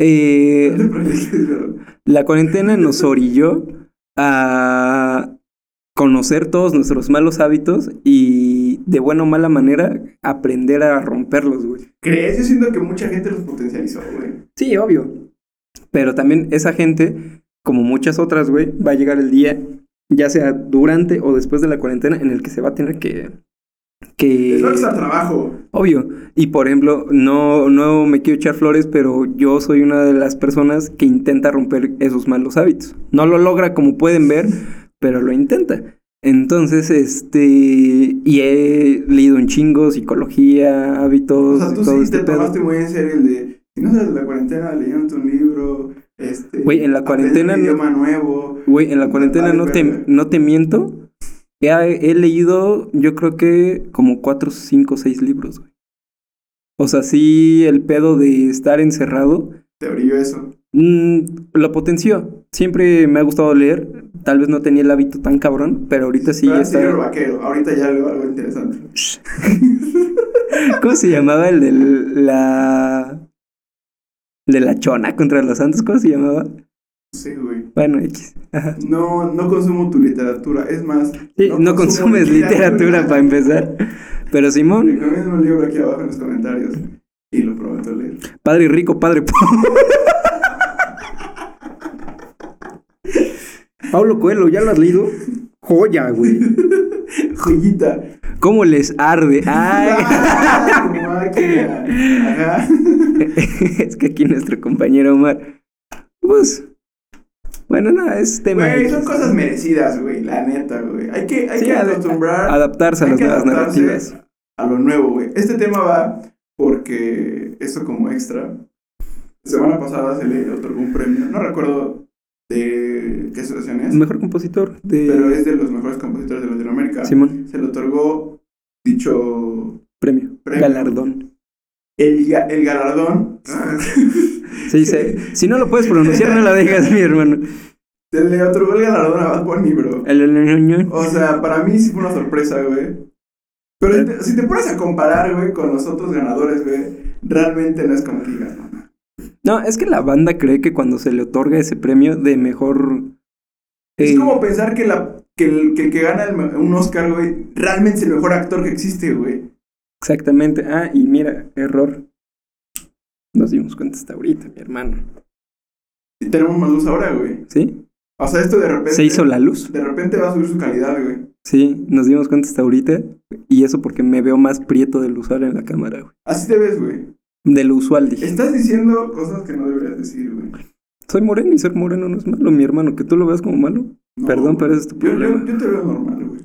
S2: Eh, La cuarentena nos orilló a conocer todos nuestros malos hábitos y de buena o mala manera aprender a romperlos, güey.
S1: ¿Crees? Yo siento que mucha gente los potencializó, güey.
S2: Sí, obvio. Pero también esa gente, como muchas otras, güey, va a llegar el día, ya sea durante o después de la cuarentena, en el que se va a tener que... que...
S1: Es lo que está trabajo.
S2: Obvio. Y por ejemplo, no, no me quiero echar flores, pero yo soy una de las personas que intenta romper esos malos hábitos. No lo logra como
S1: <laughs>
S2: pueden ver, pero lo intenta. Entonces, este, y he leído un chingo, psicología, hábitos,
S1: O sea, tú
S2: todo
S1: sí
S2: este
S1: te
S2: pedo.
S1: tomaste muy en serio el de, si no sales de la cuarentena, leyendo un libro, este...
S2: Güey, en la
S1: aprender
S2: cuarentena
S1: Un
S2: no-
S1: idioma nuevo.
S2: Güey, en la cuarentena
S1: Vale,
S2: no te,
S1: verga.
S2: no te miento. He, he leído, yo creo que como cuatro, cinco, seis libros, güey. O sea, sí, el pedo de estar encerrado.
S1: Te brilló eso.
S2: Mm, lo potenció. Siempre me ha gustado leer. Tal vez no tenía el hábito tan cabrón, pero ahorita sí
S1: Pero
S2: ya
S1: antes yo era
S2: está.
S1: vaquero, ahorita ya leo algo interesante.
S2: <laughs> ¿Cómo se llamaba el de la. de la chona contra los santos? ¿Cómo se llamaba?
S1: Sí, güey.
S2: Bueno, X. Ajá.
S1: No, no consumo tu literatura. Es más,
S2: Sí,
S1: <laughs>
S2: no,
S1: consumo
S2: consumes literatura para empezar. Pero Simón,
S1: Recomiendo un libro aquí abajo en los comentarios y lo prometo leer.
S2: padre rico, padre pobre. Pablo Coelho, ¿ya lo has leído? Joya, güey.
S1: Joyita.
S2: ¿Cómo les arde? Ay.
S1: <laughs>
S2: <laughs>
S1: Ah, que. Ajá.
S2: es que aquí nuestro compañero Omar. Pues. Bueno, no, es tema.
S1: Güey,
S2: X.
S1: son cosas merecidas, güey, la neta, güey. Hay que, hay
S2: Sí,
S1: que
S2: ad-
S1: acostumbrar
S2: adaptarse a
S1: hay
S2: las
S1: que
S2: nuevas
S1: adaptarse.
S2: narrativas.
S1: a lo nuevo, güey. Este tema va porque esto como extra. La semana pasada se le otorgó un premio, no recuerdo de qué situación es,
S2: Mejor compositor de
S1: pero es de los mejores compositores de Latinoamérica.
S2: Simón.
S1: Se le otorgó dicho
S2: Premio.
S1: Premio.
S2: Galardón.
S1: el, ga- el
S2: <laughs>
S1: galardón.
S2: Sí, se- si no lo puedes pronunciar, no lo dejas, mi hermano.
S1: Se le otorgó el galardón a Bad Bunny, bro.
S2: El- el- el- el-
S1: O sea, para mí sí fue una sorpresa, güey. Pero si te, si te pones a comparar, güey, con los otros ganadores, güey, realmente no es como que digas, no, no.
S2: No, es que la banda cree que cuando se le otorga ese premio de mejor. eh,
S1: Es como pensar que, la, que, el, que el que gana el me- un Oscar, güey, realmente es el mejor actor que existe, güey.
S2: Exactamente. Ah, y mira, error. Nos dimos cuenta hasta ahorita, mi hermano.
S1: Y tenemos más luz ahora, güey.
S2: ¿Sí?
S1: O sea, esto de repente.
S2: Se hizo la luz.
S1: De repente va a subir su calidad, güey.
S2: Sí, nos dimos cuenta hasta ahorita. Y eso porque me veo más prieto del usual en la cámara, güey.
S1: Así te ves, güey.
S2: Del usual, dije.
S1: Estás diciendo cosas que no deberías decir, güey.
S2: Soy moreno y ser moreno no es malo, mi hermano. Que tú lo veas como malo.
S1: No, güey.
S2: Perdón, pero ese es tu
S1: Yo, yo,
S2: problema.
S1: yo te veo normal,
S2: <laughs>
S1: güey.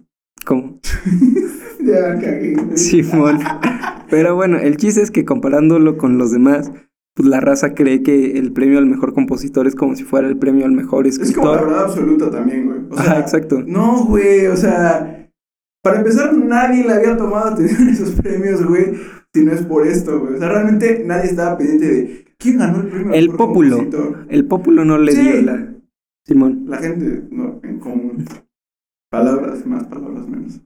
S2: ¿Cómo?
S1: <laughs> Ya la cagué. güey.
S2: Simón. Pero bueno, el chiste es que comparándolo con los demás, pues la raza cree que el premio al mejor compositor es como si fuera el premio al mejor
S1: Es como la
S2: escritor.
S1: verdad absoluta también, güey. O sea,
S2: Ajá, exacto.
S1: No, güey, o sea, para empezar, nadie le había tomado atención a esos premios, güey, si no es por esto, güey. O sea, realmente nadie estaba pendiente de quién ganó el premio. al
S2: El
S1: mejor
S2: pópulo.
S1: compositor?
S2: El populo no le
S1: Sí.
S2: dio la. Simón.
S1: La gente, no, en común. Palabras más, palabras menos.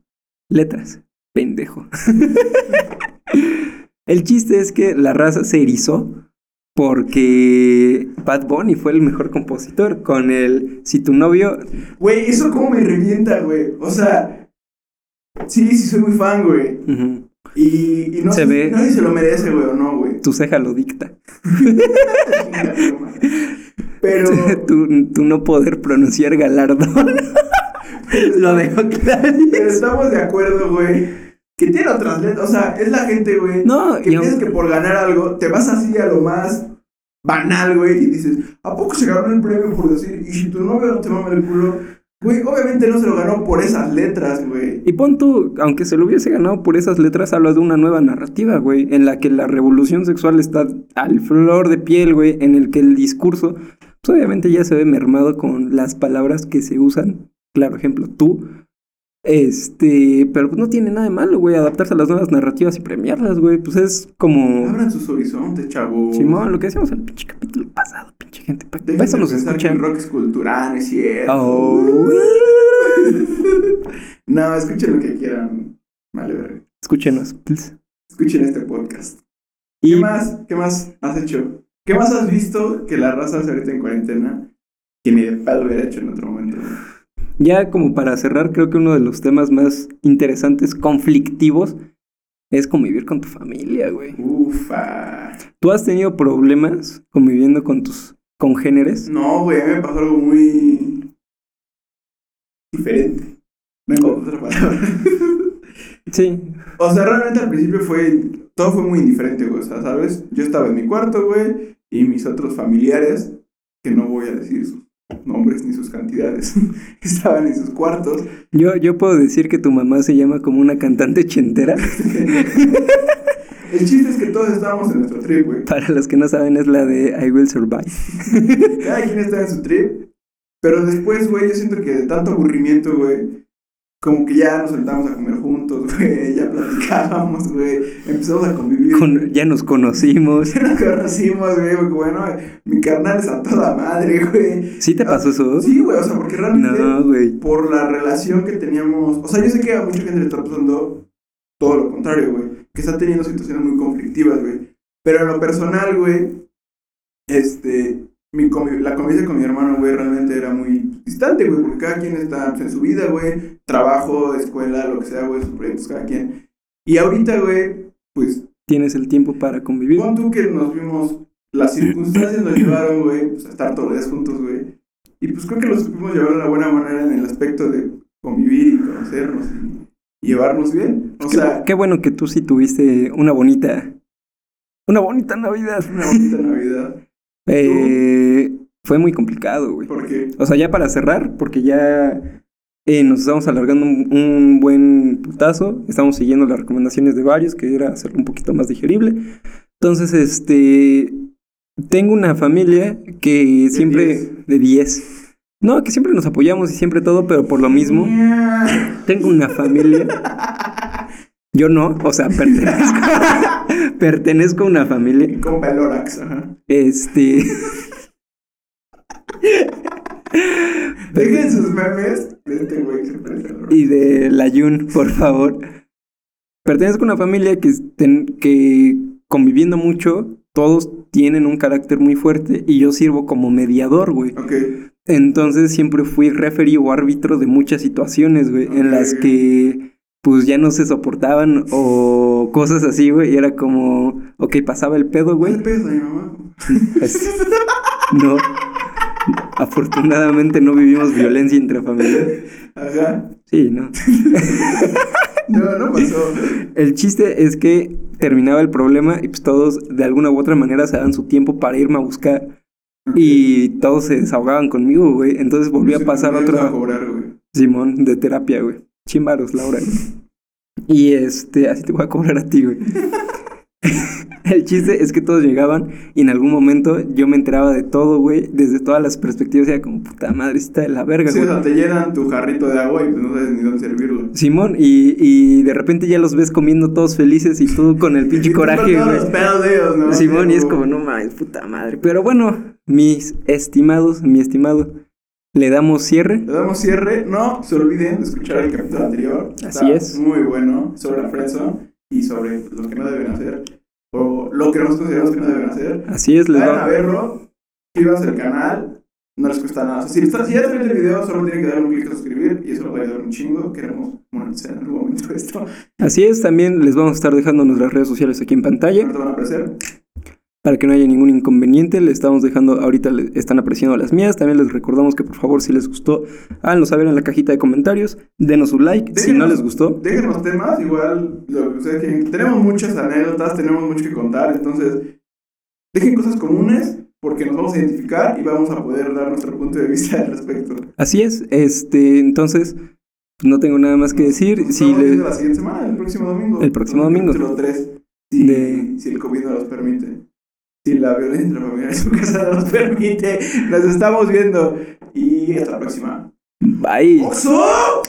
S2: Letras. Pendejo. <laughs> el chiste es que la raza se erizó porque Bad Bunny fue el mejor compositor con el Si tu novio.
S1: Güey, eso como me revienta, güey. O sea, sí, sí, soy muy fan, güey.
S2: Ujú,
S1: Y, y no, sé,
S2: Se ve.
S1: no sé si se lo merece, güey, o no, güey.
S2: tu ceja lo dicta.
S1: Pero.
S2: <laughs> tu, tu no poder pronunciar galardón. Lo dejo claro.
S1: Pero <laughs> estamos de acuerdo, güey. Que tiene otras letras. O sea, es la gente, güey.
S2: No,
S1: que
S2: yo-
S1: piensas que por ganar algo te vas así a lo más banal, güey. Y dices, ¿a poco se ganó el premio por decir, y si tu novio no te mama el culo? Güey, obviamente no se lo ganó por esas letras, güey.
S2: Y pon tú, aunque se lo hubiese ganado por esas letras, hablas de una nueva narrativa, güey, en la que la revolución sexual está al flor de piel, güey, en el que el discurso, pues obviamente ya se ve mermado con las palabras que se usan. Claro, ejemplo, tú. Este, pero pues no tiene nada de malo, güey, adaptarse a las nuevas narrativas y premiarlas, güey, pues es como...
S1: Abran sus horizontes, chavos.
S2: Simón, lo que decíamos en el pinche capítulo pasado, pinche gente. pues, Pa, pa
S1: Dejen
S2: eso
S1: de
S2: nos
S1: pensar que
S2: escuchan.
S1: el rock es cultural, no es cierto.
S2: Oh.
S1: <laughs> no, escuchen lo que quieran. Vale, verga.
S2: Escúchenos, please.
S1: Escuchen este podcast. ¿Qué
S2: Y
S1: más? ¿Qué más has hecho? ¿Qué más has visto que la raza hace ahorita en cuarentena? Que ni de pedo hubiera hecho en otro momento.
S2: ya como para cerrar, creo que uno de los temas más interesantes, conflictivos, es convivir con tu familia, güey.
S1: Ufa.
S2: ¿Tú has tenido problemas conviviendo con tus congéneres?
S1: No, güey, a mí me pasó algo muy diferente. No encuentro otra palabra. <laughs>
S2: Sí.
S1: o sea, realmente al principio fue. Todo fue muy indiferente, güey. O sea, ¿sabes? Yo estaba en mi cuarto, güey. Y mis otros familiares, que no voy a decir sus nombres ni sus cantidades, <laughs> estaban en sus cuartos.
S2: Yo, yo puedo decir que tu mamá se llama como una cantante chentera.
S1: El chiste es que todos estábamos en nuestro trip, güey.
S2: <laughs> Para los que no saben, es la de I Will Survive.
S1: Cada quien está en su trip. Pero después, güey, yo siento que de tanto aburrimiento, güey, como que ya nos sentábamos a comer juntos, güey, <laughs> ya platicábamos, güey, empezamos a convivir.
S2: Con- ya nos conocimos.
S1: Ya <laughs> nos conocimos, güey, porque bueno, mi carnal es a toda madre, güey.
S2: ¿Sí te pasó eso?
S1: Sí, güey, o sea, porque realmente
S2: No, güey.
S1: por la relación que teníamos. O sea, yo sé que a mucha gente le está pasando todo lo contrario, güey. Que está teniendo situaciones muy conflictivas, güey. Pero en lo personal, güey, este, mi convi- la convivencia con mi hermano, güey, realmente era muy distante, güey. Porque cada quien está pues, en su vida, güey. Trabajo, escuela, lo que sea, güey, sus proyectos, cada quien. Y ahorita, güey, pues,
S2: Tienes el tiempo para convivir.
S1: pon tú que nos vimos, las circunstancias
S2: <clears throat>
S1: nos llevaron, güey, pues, a estar todos los días juntos, güey. Y pues creo que lo supimos llevar de la buena manera en el aspecto de convivir y conocernos y llevarnos bien. O sea,
S2: Qué bueno que tú sí tuviste una bonita Una bonita Navidad.
S1: <laughs> Una bonita Navidad.
S2: Eh, fue muy complicado, güey.
S1: ¿Por qué?
S2: O sea, ya para cerrar, porque ya eh, nos estamos alargando un, un buen putazo. Estamos siguiendo las recomendaciones de varios, que era hacerlo un poquito más digerible. Entonces, este. Tengo una familia que siempre.
S1: 10.
S2: De 10. No, que siempre nos apoyamos y siempre todo, pero por lo mismo. Tengo una familia. Yo no, o sea, pertenezco. pertenezco <laughs> a una familia.
S1: Con Pelorax, ajá.
S2: Este.
S1: Dejen sus memes de este güey que se parece al
S2: y de la Yun, <laughs> por favor. Pertenezco a una familia que, ten- que conviviendo mucho, todos tienen un carácter muy fuerte y yo sirvo como mediador, güey.
S1: Ok.
S2: Entonces siempre fui referee o árbitro de muchas situaciones, güey, en las
S1: Ok.
S2: que pues ya no se soportaban o cosas así, güey, y era como, ok, pasaba el pedo,
S1: ¿Cuál
S2: güey.
S1: pedo mi mamá?
S2: Así. No. Afortunadamente no vivimos violencia intrafamiliar.
S1: Ajá.
S2: Sí, no.
S1: No,
S2: <laughs>
S1: no pasó.
S2: El chiste es que terminaba el problema y pues todos de alguna u otra manera se daban su tiempo para irme a buscar y todos se desahogaban conmigo, güey. Entonces volví a
S1: Sí,
S2: pasar
S1: me iban A
S2: otro
S1: cobrar, güey.
S2: Simón de terapia, güey.
S1: <laughs>
S2: Chimbaros, Laura. güey. Y este, así te voy a cobrar a ti, güey. <laughs> El chiste es que todos llegaban y en algún momento yo me enteraba de todo, güey, desde todas las perspectivas. Era como, puta madre, está de la verga,
S1: Sí, o
S2: güey.
S1: sea, te llenan tu jarrito de agua y pues no sabes ni dónde servirlo.
S2: Simón, y, y de repente ya los ves comiendo todos felices y tú con el
S1: <laughs>
S2: pinche
S1: Y tú con
S2: coraje,
S1: todos
S2: güey.
S1: los pedos de ellos, ¿no?
S2: Simón, y es
S1: Sí,
S2: como, no mames, puta madre. Pero bueno, mis estimados, mi estimado, le damos cierre.
S1: Le damos cierre. No se olviden de escuchar el capítulo anterior. Está
S2: Así es.
S1: Muy bueno sobre la friendzone y sobre pues, lo que no deben hacer. O lo que nosotros consideramos que no deben hacer.
S2: Así es, les
S1: Vayan a
S2: va.
S1: verlo. Suscríbanse al canal. No les cuesta nada. O sea, si, estás, si ya están viendo el video, solo tienen que dar un clic a suscribir y eso lo va a ayudar un chingo. Queremos monetizar en algún momento esto.
S2: Así es, también les vamos a estar dejando nuestras redes sociales aquí en pantalla
S1: Ahorita van a aparecer.
S2: para que no haya ningún inconveniente. Le estamos dejando, ahorita le están apreciando las mías. También les recordamos que por favor, si les gustó, háganlo saber en la cajita de comentarios. Denos un like. Si no
S1: Déjenos-
S2: les gustó,
S1: Déjenos temas, igual lo que ustedes quieren. Tenemos muchas anécdotas, tenemos mucho que contar, entonces dejen cosas comunes porque nos vamos a identificar y vamos a poder dar nuestro punto de vista <laughs> al respecto.
S2: así es. Este, entonces, no tengo nada más que decir.
S1: Nos
S2: Si
S1: estamos
S2: le-
S1: viendo la siguiente semana, el próximo domingo.
S2: El próximo
S1: Con
S2: domingo.
S1: capítulo 3, si,
S2: De-
S1: si el COVID nos los permite. Si la violencia familiar en su casa nos permite. Nos
S2: <laughs>
S1: estamos viendo y hasta la próxima.
S2: Bye.
S1: ¡Oxo!